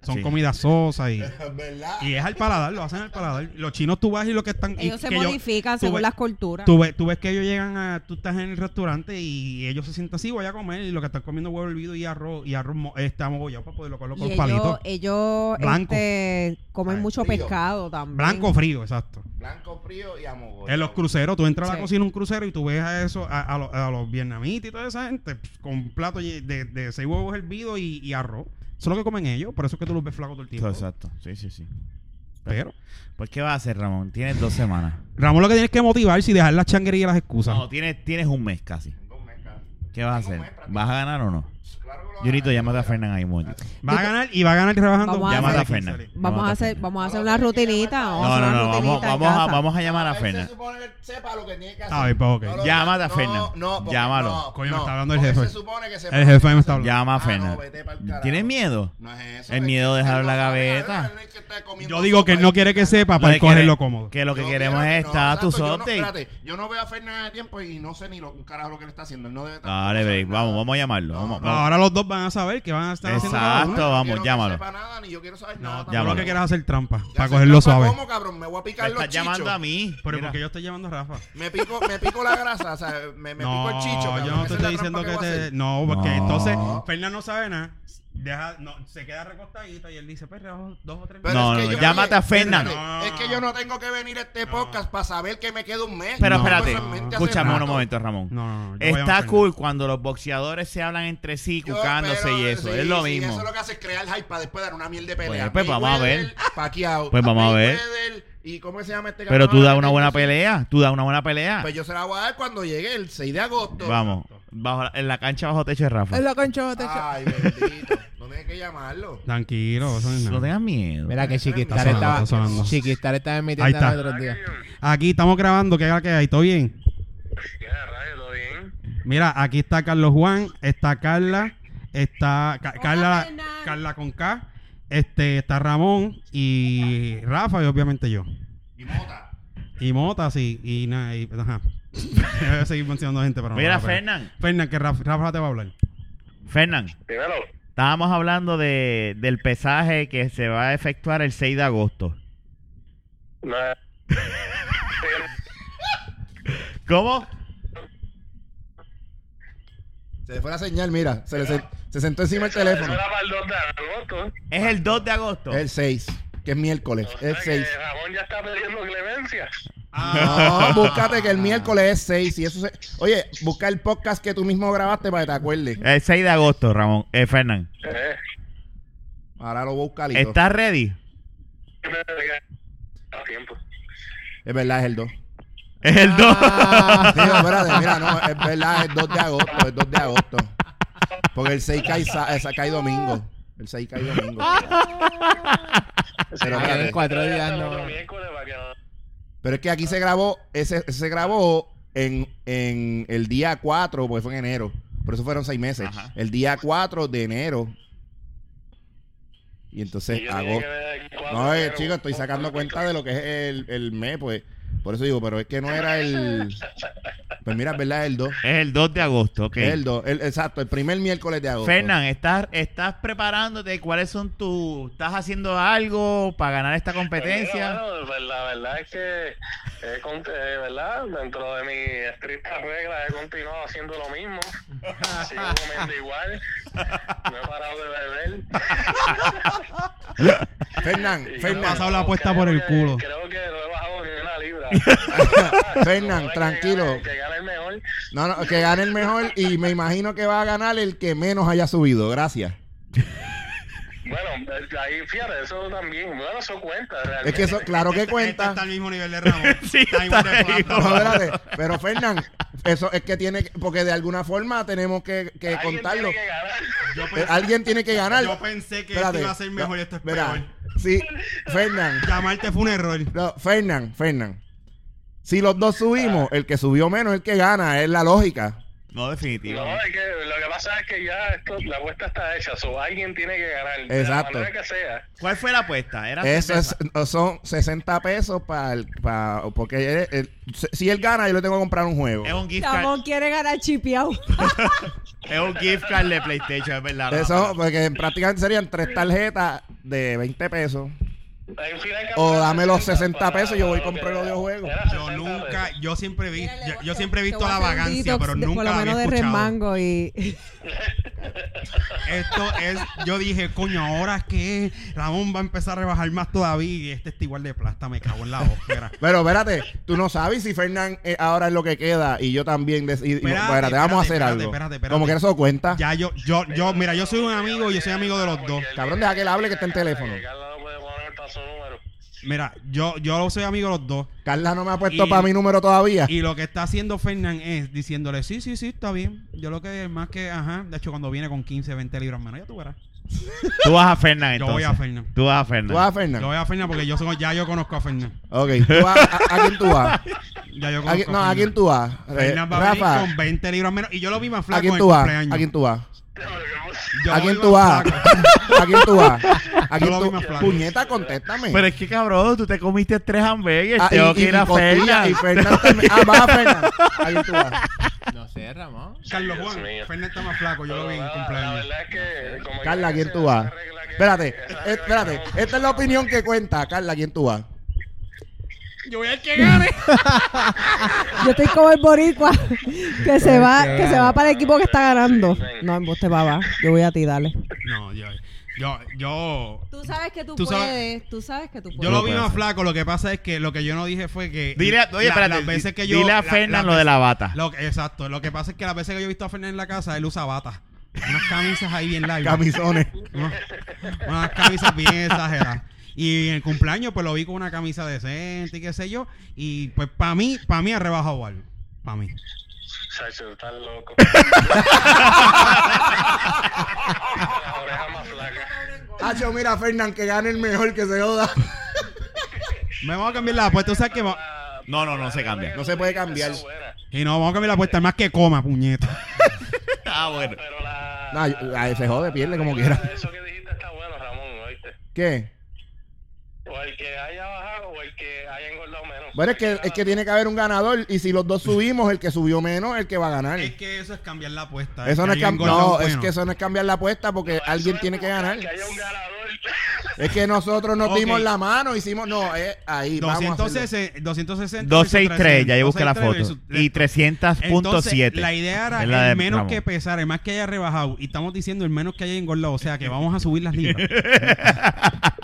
S1: Son
S2: Sí.
S1: comidas sosas y,
S3: <laughs> ¿Verdad?
S1: y es al paladar, lo hacen al paladar. Los chinos tú vas y lo que están... y
S5: Ellos se
S1: que yo-
S5: modifican
S1: tú
S5: según
S1: ves-
S5: las culturas.
S1: Tú ves, tú ves que ellos llegan a... Tú estás en el restaurante y ellos se sientan así, voy a comer y lo que están comiendo huevo hervido y arroz, y arroz mo- este, amogollado para poderlo comer
S5: y
S1: con
S5: ellos, eh,
S1: palitos.
S5: ellos
S1: Blanco.
S5: este, comen
S3: Ah,
S5: mucho
S3: frío.
S5: pescado también.
S1: Blanco frío, exacto.
S3: Blanco frío y amogollado.
S1: En los cruceros, tú entras a la
S5: Sí.
S1: cocina de un crucero y tú ves a eso, a, a los, a los vietnamitas y toda esa gente pf, con un plato lle- de, de seis huevos hervidos y, y arroz. Eso es lo que comen ellos, por eso es que tú los ves flacos todo el tiempo.
S2: Exacto. Sí, sí, sí.
S1: Pero
S2: Pues, ¿qué vas a hacer, Ramón? Tienes dos semanas.
S1: Ramón lo que tienes que motivarse y dejar las changuerías y las excusas.
S2: No, tienes, tienes un mes casi.
S3: Tengo un mes, cara.
S2: ¿Qué vas a
S3: Tengo un
S2: hacer?
S3: mes,
S2: ¿Vas a ganar o no?
S3: Claro que lo
S2: Junito,
S3: hagan.
S2: llámate a Fernán ahí un momentito.
S1: Va a ganar y va a ganar rebajando.
S5: Vamos a
S2: Llámate a
S1: hacer-
S2: Fernan.
S5: Vamos a hacer, vamos a hacer una rutinita. Vamos a
S2: No,
S5: hacer
S2: no,
S5: una
S2: no. Vamos,
S5: rutinita en
S2: vamos, a,
S5: casa.
S2: vamos a llamar a
S3: Él
S2: Fernan.
S3: Se supone que él sepa lo que tiene que hacer.
S1: Ah, pues, ok.
S3: No lo-
S2: Llámate a
S3: no,
S2: Fernan.
S3: No, porque-
S2: Llámalo.
S3: no,
S1: Coño, me
S3: no,
S1: está hablando el
S3: porque
S1: jefe.
S3: Se supone que sepa
S1: El jefe me está hablando.
S2: Llama a
S3: Ah, no,
S2: Fernan.
S3: vete pa'l carajo.
S2: ¿Tienes miedo?
S3: No es eso.
S2: El
S3: es
S2: miedo de
S3: que él
S2: dejarlo en
S3: no
S2: la
S3: sabe,
S2: gaveta.
S3: él es el que está comiendo
S1: Yo digo que él
S3: sopa
S1: no
S3: ahí.
S1: quiere que sepa para
S2: No,
S1: él
S2: que
S1: cogerlo
S2: le-
S1: cómodo.
S2: Que lo que
S3: Yo
S2: queremos
S3: quiero-
S2: es
S3: no,
S2: estar tu
S3: exacto, yo no-
S2: sote.
S3: espérate, yo no veo a Fernan de tiempo y no sé ni lo, un carajo lo que le está haciendo. Él no debe estar-
S2: Dale,
S3: no sabe
S2: break.
S3: nada.
S2: Vamos, vamos a llamarlo.
S3: No,
S2: Vamos,
S1: No,
S2: vamos.
S1: ahora los dos van a saber que van a estar haciendo cada uno.
S2: Exacto,
S3: Yo no
S2: vamos,
S3: quiero
S2: llámalo.
S3: Que sepa nada, ni yo quiero saber
S1: No,
S3: nada.
S1: tú
S2: Llámalo.
S1: lo que quieres es hacer trampa
S3: Ya
S1: para
S3: sé,
S1: cogerlo
S3: trampa,
S1: suave.
S3: ¿Cómo, cabrón? Me voy a picar
S2: Me
S3: los
S2: estás llamando
S3: chichos.
S2: a mí.
S1: Pero
S2: Mira.
S1: porque yo estoy llevando a Rafa.
S3: Me pico, me pico la grasa, o sea, me, me pico el chicho. cabrón.
S1: yo no te
S3: Esa es la
S1: estoy diciendo
S3: trampa
S1: que
S3: voy a hacer.
S1: te... No, porque
S2: No.
S1: entonces Fernan no sabe nada. Deja, no, se queda recostadito y él dice, pero dos, dos o tres
S3: Pero
S1: minutos".
S2: No,
S3: es que
S2: no,
S3: yo-
S2: llámate a Fernan.
S3: espérate, Es que yo no tengo que venir a este podcast para saber que me queda un mes.
S2: Pero
S3: Yo tengo
S2: espérate.
S3: eso en mente hace
S2: Escúchame
S3: rato.
S2: un momento, Ramón.
S1: No, no, no, yo voy a llamar a
S2: Está
S1: Fernan.
S2: cool cuando los boxeadores se hablan entre sí,
S3: Yo,
S2: cucándose
S3: pero
S2: y eso.
S3: sí,
S2: es lo
S3: sí,
S2: mismo.
S3: Eso lo que hace es crear hype para después dar una miel de pelea.
S2: Pues, pues, vamos a ver.
S3: Mayweather, Pacquiao.
S2: Pues, vamos a ver.
S3: Mayweather, ¿Y cómo se llama este
S2: Pero
S3: cabrón?
S2: tú das una buena
S3: Pues,
S2: pelea. Tú das una buena pelea.
S3: Pues yo se la voy a dar cuando llegue el 6 de agosto.
S2: Vamos. Bajo la- en la cancha bajo techo de Rafa.
S4: Es la concha
S1: Ah,
S3: Ay, bendito. No tienes que llamarlo.
S1: Tranquilo, eso no es
S2: No
S1: nada.
S2: tengas miedo.
S4: Mira que
S1: Está
S4: Chiquistar
S1: sonando,
S4: estaba.
S1: está sonando.
S4: Chiquistar estaba en mi
S1: Ahí
S4: tienda
S1: está.
S4: los otros días.
S1: Aquí estamos grabando, ¿qué es la que hay? ¿Todo bien?
S6: Ya, rayo, todo bien.
S1: Mira, aquí está Carlos Juan, está Carla, está Ca-
S5: Hola,
S1: Carla,
S5: Fernan.
S1: Carla con K, este, está Ramón y Rafa y obviamente yo.
S3: Y mota.
S1: Y Mota, sí, y nada, y- ajá. <laughs> Voy a seguir mencionando gente, pero no
S2: Mira,
S1: vale la pena.
S2: Fernan.
S1: Fernan, que Rafa, Rafa te va a hablar.
S2: Fernán,
S6: Dímelo.
S2: estábamos hablando de, del pesaje que se va a efectuar el 6 de agosto.
S6: No,
S2: ¿Cómo?
S3: Se le fue la señal, mira. Se, le se, se sentó encima el
S6: eso
S3: teléfono.
S6: era para el 2 de agosto.
S2: Es el 2 de agosto.
S3: Es el 6, que es miércoles.
S6: O sea
S3: Es
S6: que
S3: 6.
S6: Ramón ya está pidiendo clemencia.
S3: No, búscate que el miércoles es 6. Y eso se... Oye, busca el podcast que tú mismo grabaste para que te acuerdes.
S2: El 6 de agosto, Ramón. Eh, Fernán.
S6: Eh,
S3: Ahora lo busca Lito.
S2: ¿Estás ready?
S6: a tiempo.
S3: Es verdad, es el 2.
S2: Es el 2.
S3: Ah.
S4: Ah,
S1: <laughs>
S3: Digo, espérate, mira, no, es verdad, es 2 de agosto, es 2 de agosto. Porque el 6 cae, sa- eh, cae domingo. El 6 cae domingo. Pero,
S4: Ah,
S3: espérate,
S4: en cuatro días no.
S3: pero es que aquí se grabó, ese, ese se grabó en, en el día 4, porque fue en enero. Por eso fueron 6 meses.
S2: Ajá.
S3: El día 4 de enero. Y entonces agosto. No, eh, chico, estoy
S6: pues,
S3: sacando cuenta de lo que es el, el mes, pues. Por eso digo, pero es que no era el. Pues mira, es verdad, el 2.
S2: Es el 2 de agosto, ok.
S3: El 2, el, exacto, el primer miércoles de agosto.
S2: Fernán, ¿estás, ¿estás preparándote? ¿Cuáles son tus... ¿Estás haciendo algo para ganar esta competencia?
S6: pues, la verdad es que, he con- eh, ¿verdad? Dentro de mis estrictas reglas he continuado haciendo lo
S4: <laughs>
S6: mismo. Sigo comiendo igual. No he parado de beber.
S3: Fernán,
S1: Fernan.
S6: Y creo-
S1: Pasado la apuesta
S6: creo
S1: por el
S6: que-
S1: culo.
S6: Creo que no he bajado ni
S3: <laughs>
S6: una libra.
S3: Fernan,
S6: Supone que
S3: tranquilo.
S6: gane- Que gane el mejor.
S3: No, no, que gane el mejor y me imagino que va a ganar el que menos haya subido. Gracias.
S6: Bueno, eh, ahí fíjate, eso también. Bueno, eso cuenta.
S3: Es que eso,
S6: realmente.
S3: claro que
S1: Este está
S3: cuenta.
S1: al mismo nivel de Ramón.
S2: Sí,
S1: Está igual de
S2: está <laughs>
S1: planta.
S3: No, Ah, espérate, pero Fernán, eso es que tiene. que- Porque de alguna forma tenemos que, que
S6: Alguien
S3: eh, contarlo.
S6: tiene que ganar.
S1: Yo
S3: Pero
S1: pensé-
S3: Alguien tiene que ganar.
S1: Yo pensé que
S3: Espérate,
S1: esto iba a ser mejor y esto es
S3: mira,
S1: peor.
S3: Sí, Fernán.
S1: Llamarte fue un error.
S3: No, Fernán, Fernán. Si los dos subimos, el que subió menos es el que gana, es la lógica.
S2: No, definitivo.
S6: No, es que lo que pasa es que ya esto, la apuesta está hecha. So, alguien tiene que ganar. De
S3: Exacto.
S6: La manera que sea.
S2: ¿Cuál fue la apuesta? Era
S3: Eso
S2: cerveza.
S3: es, son 60 pesos para el, pa- porque él- él- si él gana, yo le tengo que comprar un juego.
S2: Es un gift
S5: Ramón
S2: card.
S5: quiere ganar chipiao.
S2: Es un gift card de PlayStation, es verdad.
S3: Eso,
S2: Rafa.
S3: porque prácticamente serían tres tarjetas de 20 pesos.
S6: Hay un final
S3: O
S6: campeón
S3: dame
S6: de
S3: los
S6: 60
S3: 60 pesos, yo voy y
S6: para-
S3: compro el videojuego.
S6: Era
S1: Yo
S6: 60
S1: nunca, yo siempre vi,
S5: Mira, le
S1: yo,
S5: voy-
S1: yo siempre he
S5: te
S1: visto
S5: voy a
S1: la
S5: hacer un
S1: vagancia,
S5: detox
S1: pero
S5: de-
S1: nunca
S5: Por lo
S1: la había
S5: menos de
S1: escuchado.
S5: remango
S1: <laughs>
S5: y...
S1: Esto es, yo dije, coño, ahora es que Ramón va a empezar a rebajar más todavía y este está igual de plasta, me cago en la ópera.
S3: Pero espérate, tú no sabes si Fernán eh, ahora es lo que queda y yo también. dec- y- y-
S1: Espérate,
S3: espérate, vamos
S1: espérate,
S3: a hacer
S1: espérate,
S3: algo.
S1: espérate, espérate.
S3: Como que eso cuenta.
S1: Ya yo, yo, yo, mira, yo soy un amigo, yo soy amigo de los dos.
S3: Cabrón, deja que él hable que está en teléfono.
S6: Que Carla no puede poner para su número. <laughs>
S1: Mira, yo, yo soy amigo de los dos.
S3: Carla no me ha puesto
S1: Y-
S3: para mi número todavía.
S1: Y lo que está haciendo Fernán es diciéndole, sí, sí, sí, está bien. Yo lo que más que, ajá, de hecho cuando viene con 15, 20 libras menos, ya tú verás.
S2: Tú vas a Fernan
S1: Yo
S2: entonces.
S1: voy a Fernan.
S2: Tú vas a Fernan.
S3: ¿Tú vas a
S1: Yo
S3: Fernán?
S1: voy a Fernán porque yo soy, ya yo conozco a Fernán.
S3: Ok. ¿Tú vas- a, a quién tú vas?
S1: Ya <laughs> yo
S3: ¿A
S1: conozco
S3: quién- no, ¿a quién tú vas? Eh,
S1: Fernán va a venir
S3: Rafa,
S1: con 20 libras menos. Y yo lo vi más flaco
S3: ¿a quién
S1: en
S3: tú
S1: el
S3: vas?
S1: cumpleaños.
S3: ¿A quién tú vas?
S1: Yo
S3: ¿A
S1: lo
S3: quién
S1: vi
S3: tú
S1: más
S3: vas?
S1: flaco.
S3: <laughs> ¿A quién tú vas?
S1: Yo
S3: ¿A quién
S1: lo vi
S3: tú
S1: más flaco.
S3: Puñeta, contéstame.
S2: Pero es que cabrón, tú te comiste tres hamburgues.
S3: Ah,
S2: tengo que ir a
S3: costilla,
S2: Fernan.
S3: y Fernán también. Ah, vas
S2: <laughs>
S3: a Fernán. ¿A quién tú vas?
S4: No sé, Ramón.
S1: Carlos
S6: Dios
S1: Juan,
S6: mío.
S1: Fernán está más flaco, yo lo vi en el
S6: Pero nada, La
S1: cumpleaños.
S6: verdad es que. como
S3: Carla,
S6: ya
S3: ¿a quién
S6: se-
S3: tú vas?
S6: esa regla que-
S3: Espérate,
S6: esa regla
S3: es-
S6: que
S3: espérate.
S6: tenemos-
S3: Esta es la opinión que cuenta. Carla, ¿a quién
S1: <laughs>
S3: tú vas?
S4: Yo voy al que gane.
S5: Yo estoy como el boricua que se va, que se va para el equipo que está ganando. No, en vos te va, va. Yo voy a ti, dale.
S1: No, yo, yo, yo,
S5: Tú sabes que tú,
S1: Tú sabes-
S5: tú sabes que tú
S1: yo lo vi más flaco. Lo que pasa es que lo que yo no dije fue que.
S2: pues, Dile, a- oye,
S1: la-
S2: espérate,
S1: las veces que yo-
S2: dile a
S1: la-
S2: Fernan
S1: las
S2: lo de la bata.
S1: veces- lo que- exacto. Lo que pasa es que las veces que yo he visto a Fernan en la casa, él usa bata. Unas camisas ahí bien largas.
S3: Camisones.
S1: unas, unas camisas bien exageradas. Y en el cumpleaños, pues lo vi con una camisa decente y qué sé yo. Y pues para mí, para mí ha rebajado algo. Para mí.
S6: Chacho, estás
S3: <laughs>
S6: loco. La oreja más flaca.
S3: Hacho, mira, Fernán, que gane el mejor que se
S1: <laughs>
S3: joda.
S1: Me vamos a cambiar la apuesta. ¿tú sabes qué? Va-
S6: La-
S2: No, no, no se cambia.
S3: No se puede cambiar.
S6: Está buena.
S1: Y no, vamos a cambiar la apuesta. Más que coma, puñeta.
S2: Ah, bueno.
S6: Pero la.
S3: Nah, yo- ay, se jode, pierde como quiera.
S6: Eso que dijiste está bueno, Ramón, ¿oíste?
S3: ¿Qué?
S6: O el que haya bajado o el que haya engordado menos.
S3: Bueno, es que, es que tiene que haber un ganador y si los dos subimos, el que subió menos, el que va a ganar.
S1: Es que eso es cambiar la apuesta.
S3: Eso no es,
S1: Que alguien
S3: cam-
S1: engorda
S3: no,
S1: un
S3: es
S1: bueno.
S3: que eso no es cambiar la apuesta porque alguien tiene que ganar.
S6: Que haya un ganador.
S3: Es que nosotros nos
S1: Ok.
S3: dimos la mano, hicimos... No, es ahí. vamos a hacerlo.
S1: 260, 260
S2: 263, ya yo busqué la
S1: 263
S2: foto.
S1: versus
S2: Y 300.7.
S1: Entonces, La idea era
S2: Es la de
S1: el menos
S2: Ramón.
S1: que pesar, el más que haya rebajado. Y estamos diciendo el menos que haya engordado. O sea, que vamos a subir
S2: <laughs>
S1: las libras.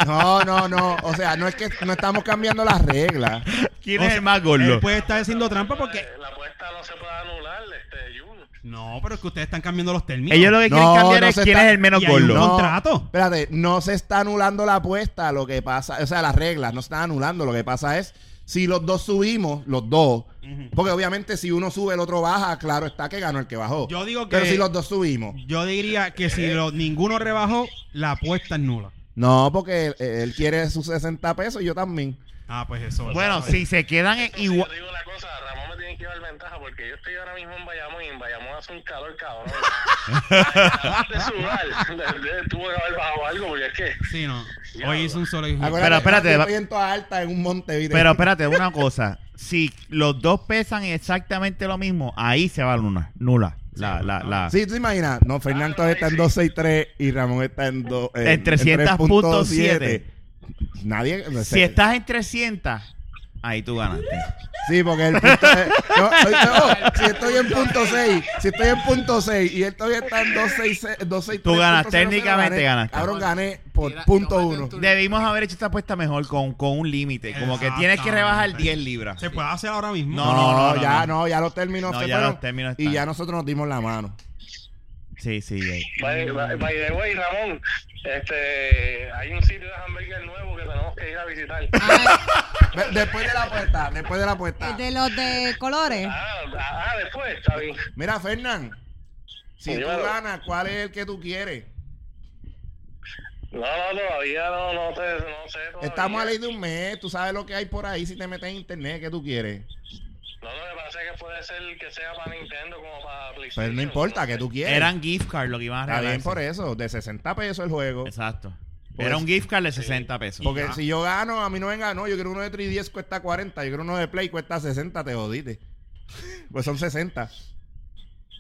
S3: No, no, no. O sea, no es que no estamos cambiando las reglas.
S2: ¿Quién
S1: O
S2: es
S1: sea,
S2: el más gordo?
S1: Él puede estar haciendo trampa porque.
S6: Eh, La apuesta no se puede anular, este, Jun.
S1: No, pero es que ustedes están cambiando los términos.
S2: Ellos lo que quieren
S3: No,
S2: cambiar
S3: no
S2: es
S3: se
S2: quién
S3: está-
S2: es el menos
S1: Y hay
S2: gordo.
S1: un
S3: No,
S1: contrato.
S3: Espérate, no se está anulando la apuesta, lo que pasa, o sea, las reglas no se están anulando, lo que pasa es si los dos subimos, los dos, porque obviamente si uno sube, el otro baja, claro está que ganó el que bajó.
S1: Yo digo que-
S3: Pero si los dos subimos.
S1: Yo diría que si lo- ninguno rebajó, la apuesta es nula.
S3: No, porque él, él quiere sus 60 pesos y yo también.
S1: Ah, pues eso.
S2: Bueno, si se quedan en
S6: Entonces,
S2: igual.
S6: Yo digo la cosa, Ramón me tiene que dar ventaja porque yo estoy ahora mismo en Bayamón y en Bayamón hace un
S3: <laughs>
S6: calor cabrón. Además de sudar, de- de- tuve que haber bajado algo porque es que
S1: Sí, no. Hoy hizo un solo hijo.
S3: Acuérdate,
S2: Pero espérate,
S3: yo
S2: va-
S3: estoy en toda alta en un monte, ¿viste?
S2: Pero espérate, una cosa. Si los dos pesan exactamente lo mismo, ahí se va luna, nula. La, la, la.
S3: Sí, ¿te imaginas? No, Fernando está en 263 y Ramón está en, do- en,
S2: Ah, En 300.7.
S3: Nadie...
S2: Si estás en 300, ahí tú ganaste.
S3: Sí, porque el punto. eh, no, oye, no, si estoy en punto 6, si estoy en punto 6 y él todavía está en 263. 263,
S2: Tú ganas,
S3: punto cero,
S2: técnicamente
S3: gané.
S2: ganaste.
S3: Cabrón, gané por
S4: Mira,
S3: punto
S4: tómate
S3: 1.
S4: un turno.
S2: Debimos haber hecho esta apuesta mejor con, con un límite. Como que tienes que rebajar 10 libras.
S1: ¿Se puede hacer ahora mismo?
S2: No, no, no, no,
S3: ya
S2: no.
S3: no, ya los términos
S2: No,
S3: se
S2: ya
S3: fueron
S2: los términos
S3: y
S2: están.
S3: ya nosotros nos dimos la mano.
S2: Sí, sí, sí.
S6: by, by- by the way, Ramón, este hay un sitio de hamburger nuevo que tenemos que ir a visitar.
S3: Ah. Ve- Después de la apuesta, después de la apuesta.
S5: Ah, de los de colores.
S6: Ah, ah, ah, después, está bien.
S3: Mira, Fernán, si tú
S6: Dímelo.
S3: ganas, ¿cuál es el que tú quieres?
S6: No, no, todavía no, no, te, no sé. Todavía.
S3: Estamos a ley de un mes, tú sabes lo que hay por ahí si te metes en internet, ¿qué tú quieres?
S6: No, no, me parece que puede ser que sea para Nintendo como para PlayStation.
S3: Pero Pues no importa, que tú quieres.
S2: Eran gift card lo que iban a
S3: Está
S2: regalar.
S3: bien por eso, de 60 pesos el juego.
S2: Exacto.
S3: Por
S2: Era
S3: eso.
S2: un gift card de 60 pesos.
S3: Porque
S2: Ah.
S3: si yo gano, a mí no venga, no, yo quiero uno de 310 cuesta 40, yo quiero uno de Play cuesta 60, te jodiste. Pues son 60.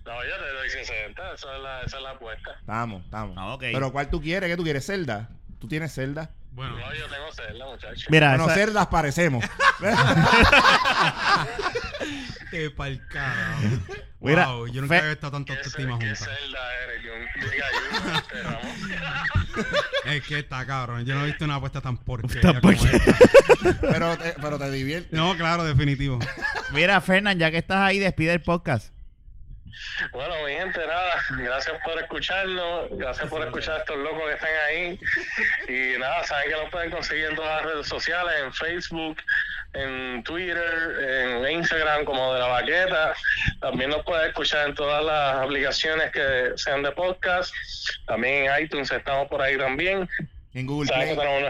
S6: No, yo te doy 60, esa es la, esa es la apuesta.
S3: Estamos, estamos.
S2: Ah, ok.
S3: Pero ¿cuál tú quieres? ¿Qué tú quieres? ¿Zelda? Tú tienes celdas.
S1: Bueno,
S6: No, yo tengo celda, muchachos.
S2: Mira,
S3: Bueno,
S2: Ah, esa- <laughs>
S3: celdas parecemos. <laughs>
S1: te pa'l carajo.
S2: <laughs> Mira,
S1: wow, yo
S2: fe-
S1: nunca había estado tantos
S6: ¿Qué, cel-
S1: temas
S6: qué
S1: juntos.
S6: celda eres? Yo, diga, yo, este, <laughs> Ramón.
S1: Es que está cabrón. Yo no he visto una apuesta tan porqueria.
S2: Tan
S1: como
S2: porqueria.
S1: esta.
S3: pero, te, pero te diviertes.
S1: No, claro, definitivo.
S2: mira, Fernan, ya que estás ahí, despide el podcast.
S6: Bueno, mi gente, nada, gracias por escucharnos, gracias por escuchar a estos locos que están ahí. Y nada, saben que nos pueden conseguir en todas las redes sociales, en Facebook, en Twitter, en Instagram como de la baqueta. También nos pueden escuchar en todas las aplicaciones que sean de podcast. También en iTunes estamos por ahí también.
S3: En Google
S6: Saben que
S3: Play.
S6: tenemos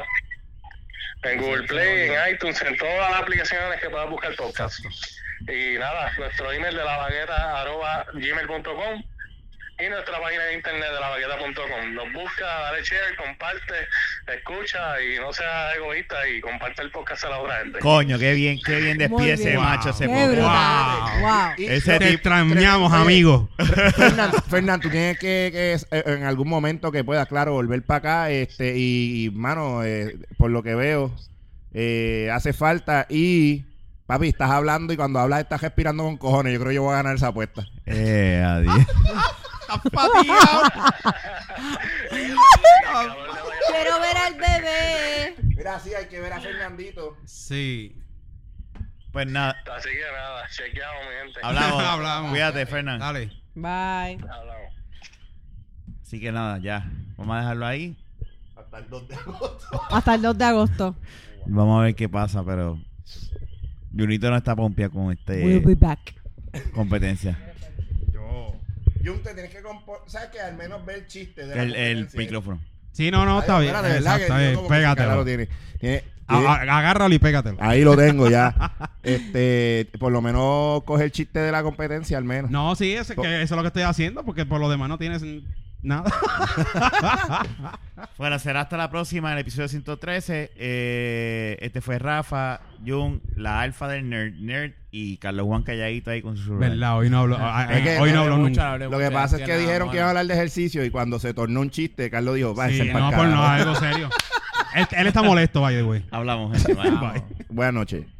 S6: una- En Google Play, en iTunes, en todas las aplicaciones que puedas buscar podcast. Y nada, nuestro email de la bagueta arroba gmail.com y nuestra página de internet de la bagueta.com. Nos busca, dale share, comparte, escucha y no sea egoísta y comparte el podcast a la otra gente.
S2: Coño, qué bien, qué bien
S5: Muy
S2: despide ese
S5: bien.
S2: macho
S1: Wow.
S2: ese
S5: Qué
S2: podcast.
S5: brutal.
S1: Wow.
S5: Wow.
S3: Y-
S2: Ese
S1: Te
S2: tipo.
S1: extrañamos, amigo.
S3: Fernan, Fernan, tú tienes que, que, eh, en algún momento que puedas, claro, volver para acá. este Y, y, mano, eh, por lo que veo, eh, hace falta. Y, papi, estás hablando y cuando hablas estás respirando con cojones. Yo creo que yo voy a ganar esa apuesta.
S2: Eh, adiós.
S3: Ah.
S5: Quiero ver al bebé.
S3: Mira, sí, hay que ver a Fernandito.
S1: Sí.
S2: Pues nada,
S6: Así que nada, chequeamos, mi gente.
S2: <laughs> hablamos.
S1: Hablamos.
S2: Cuídate, Fernan.
S1: Dale.
S5: Bye.
S6: Hablamos.
S2: Así que nada, ya. Vamos a dejarlo ahí.
S3: Hasta el 2 de agosto.
S5: Hasta el 2 de agosto.
S2: Vamos a ver qué pasa, pero. Junito no está pompia con este
S5: We'll be back.
S2: competencia.
S1: Yo.
S3: Jun, te tienes que compo- ¿Sabes que Al menos ver el chiste de la
S2: El, el
S3: competencia.
S2: micrófono.
S1: Sí, no, no, está
S3: Ay,
S1: bien.
S3: espérate, ¿verdad?
S1: Exacto,
S3: Que
S1: está
S3: yo
S1: bien.
S3: como que cara
S1: Pégatelo.
S3: lo
S1: Ah,
S3: tiene. Tiene-
S1: A-
S3: tiene-
S1: a- Agárralo y pégatelo.
S3: Ahí lo tengo ya.
S1: <laughs>
S3: este, por lo menos coge el chiste de la competencia, al menos.
S1: No, sí, eso, es que eso es lo que estoy haciendo, porque por lo demás no tienes
S3: <laughs>
S1: nada. <laughs>
S2: Bueno, será hasta la próxima en el episodio 113. Eh, este fue Rafa, Jun, la alfa del nerd, nerd y Carlos Juan calladito ahí con su
S1: ¿Verdad? Hoy no hablo. a- a-
S3: Es que
S1: hoy no
S3: no
S1: hablo
S3: hablé
S1: nunca.
S3: Lo que pasa es que dijeron que iban a hablar de ejercicio y cuando se tornó un chiste, Carlos dijo, va,
S1: Sí,
S3: ese es
S1: no,
S3: pa'l
S1: pues no,
S3: carajo".
S1: algo serio. él, él está molesto, by the way.
S2: Hablamos, gente. bye.
S1: Bye.
S3: Buenas noches.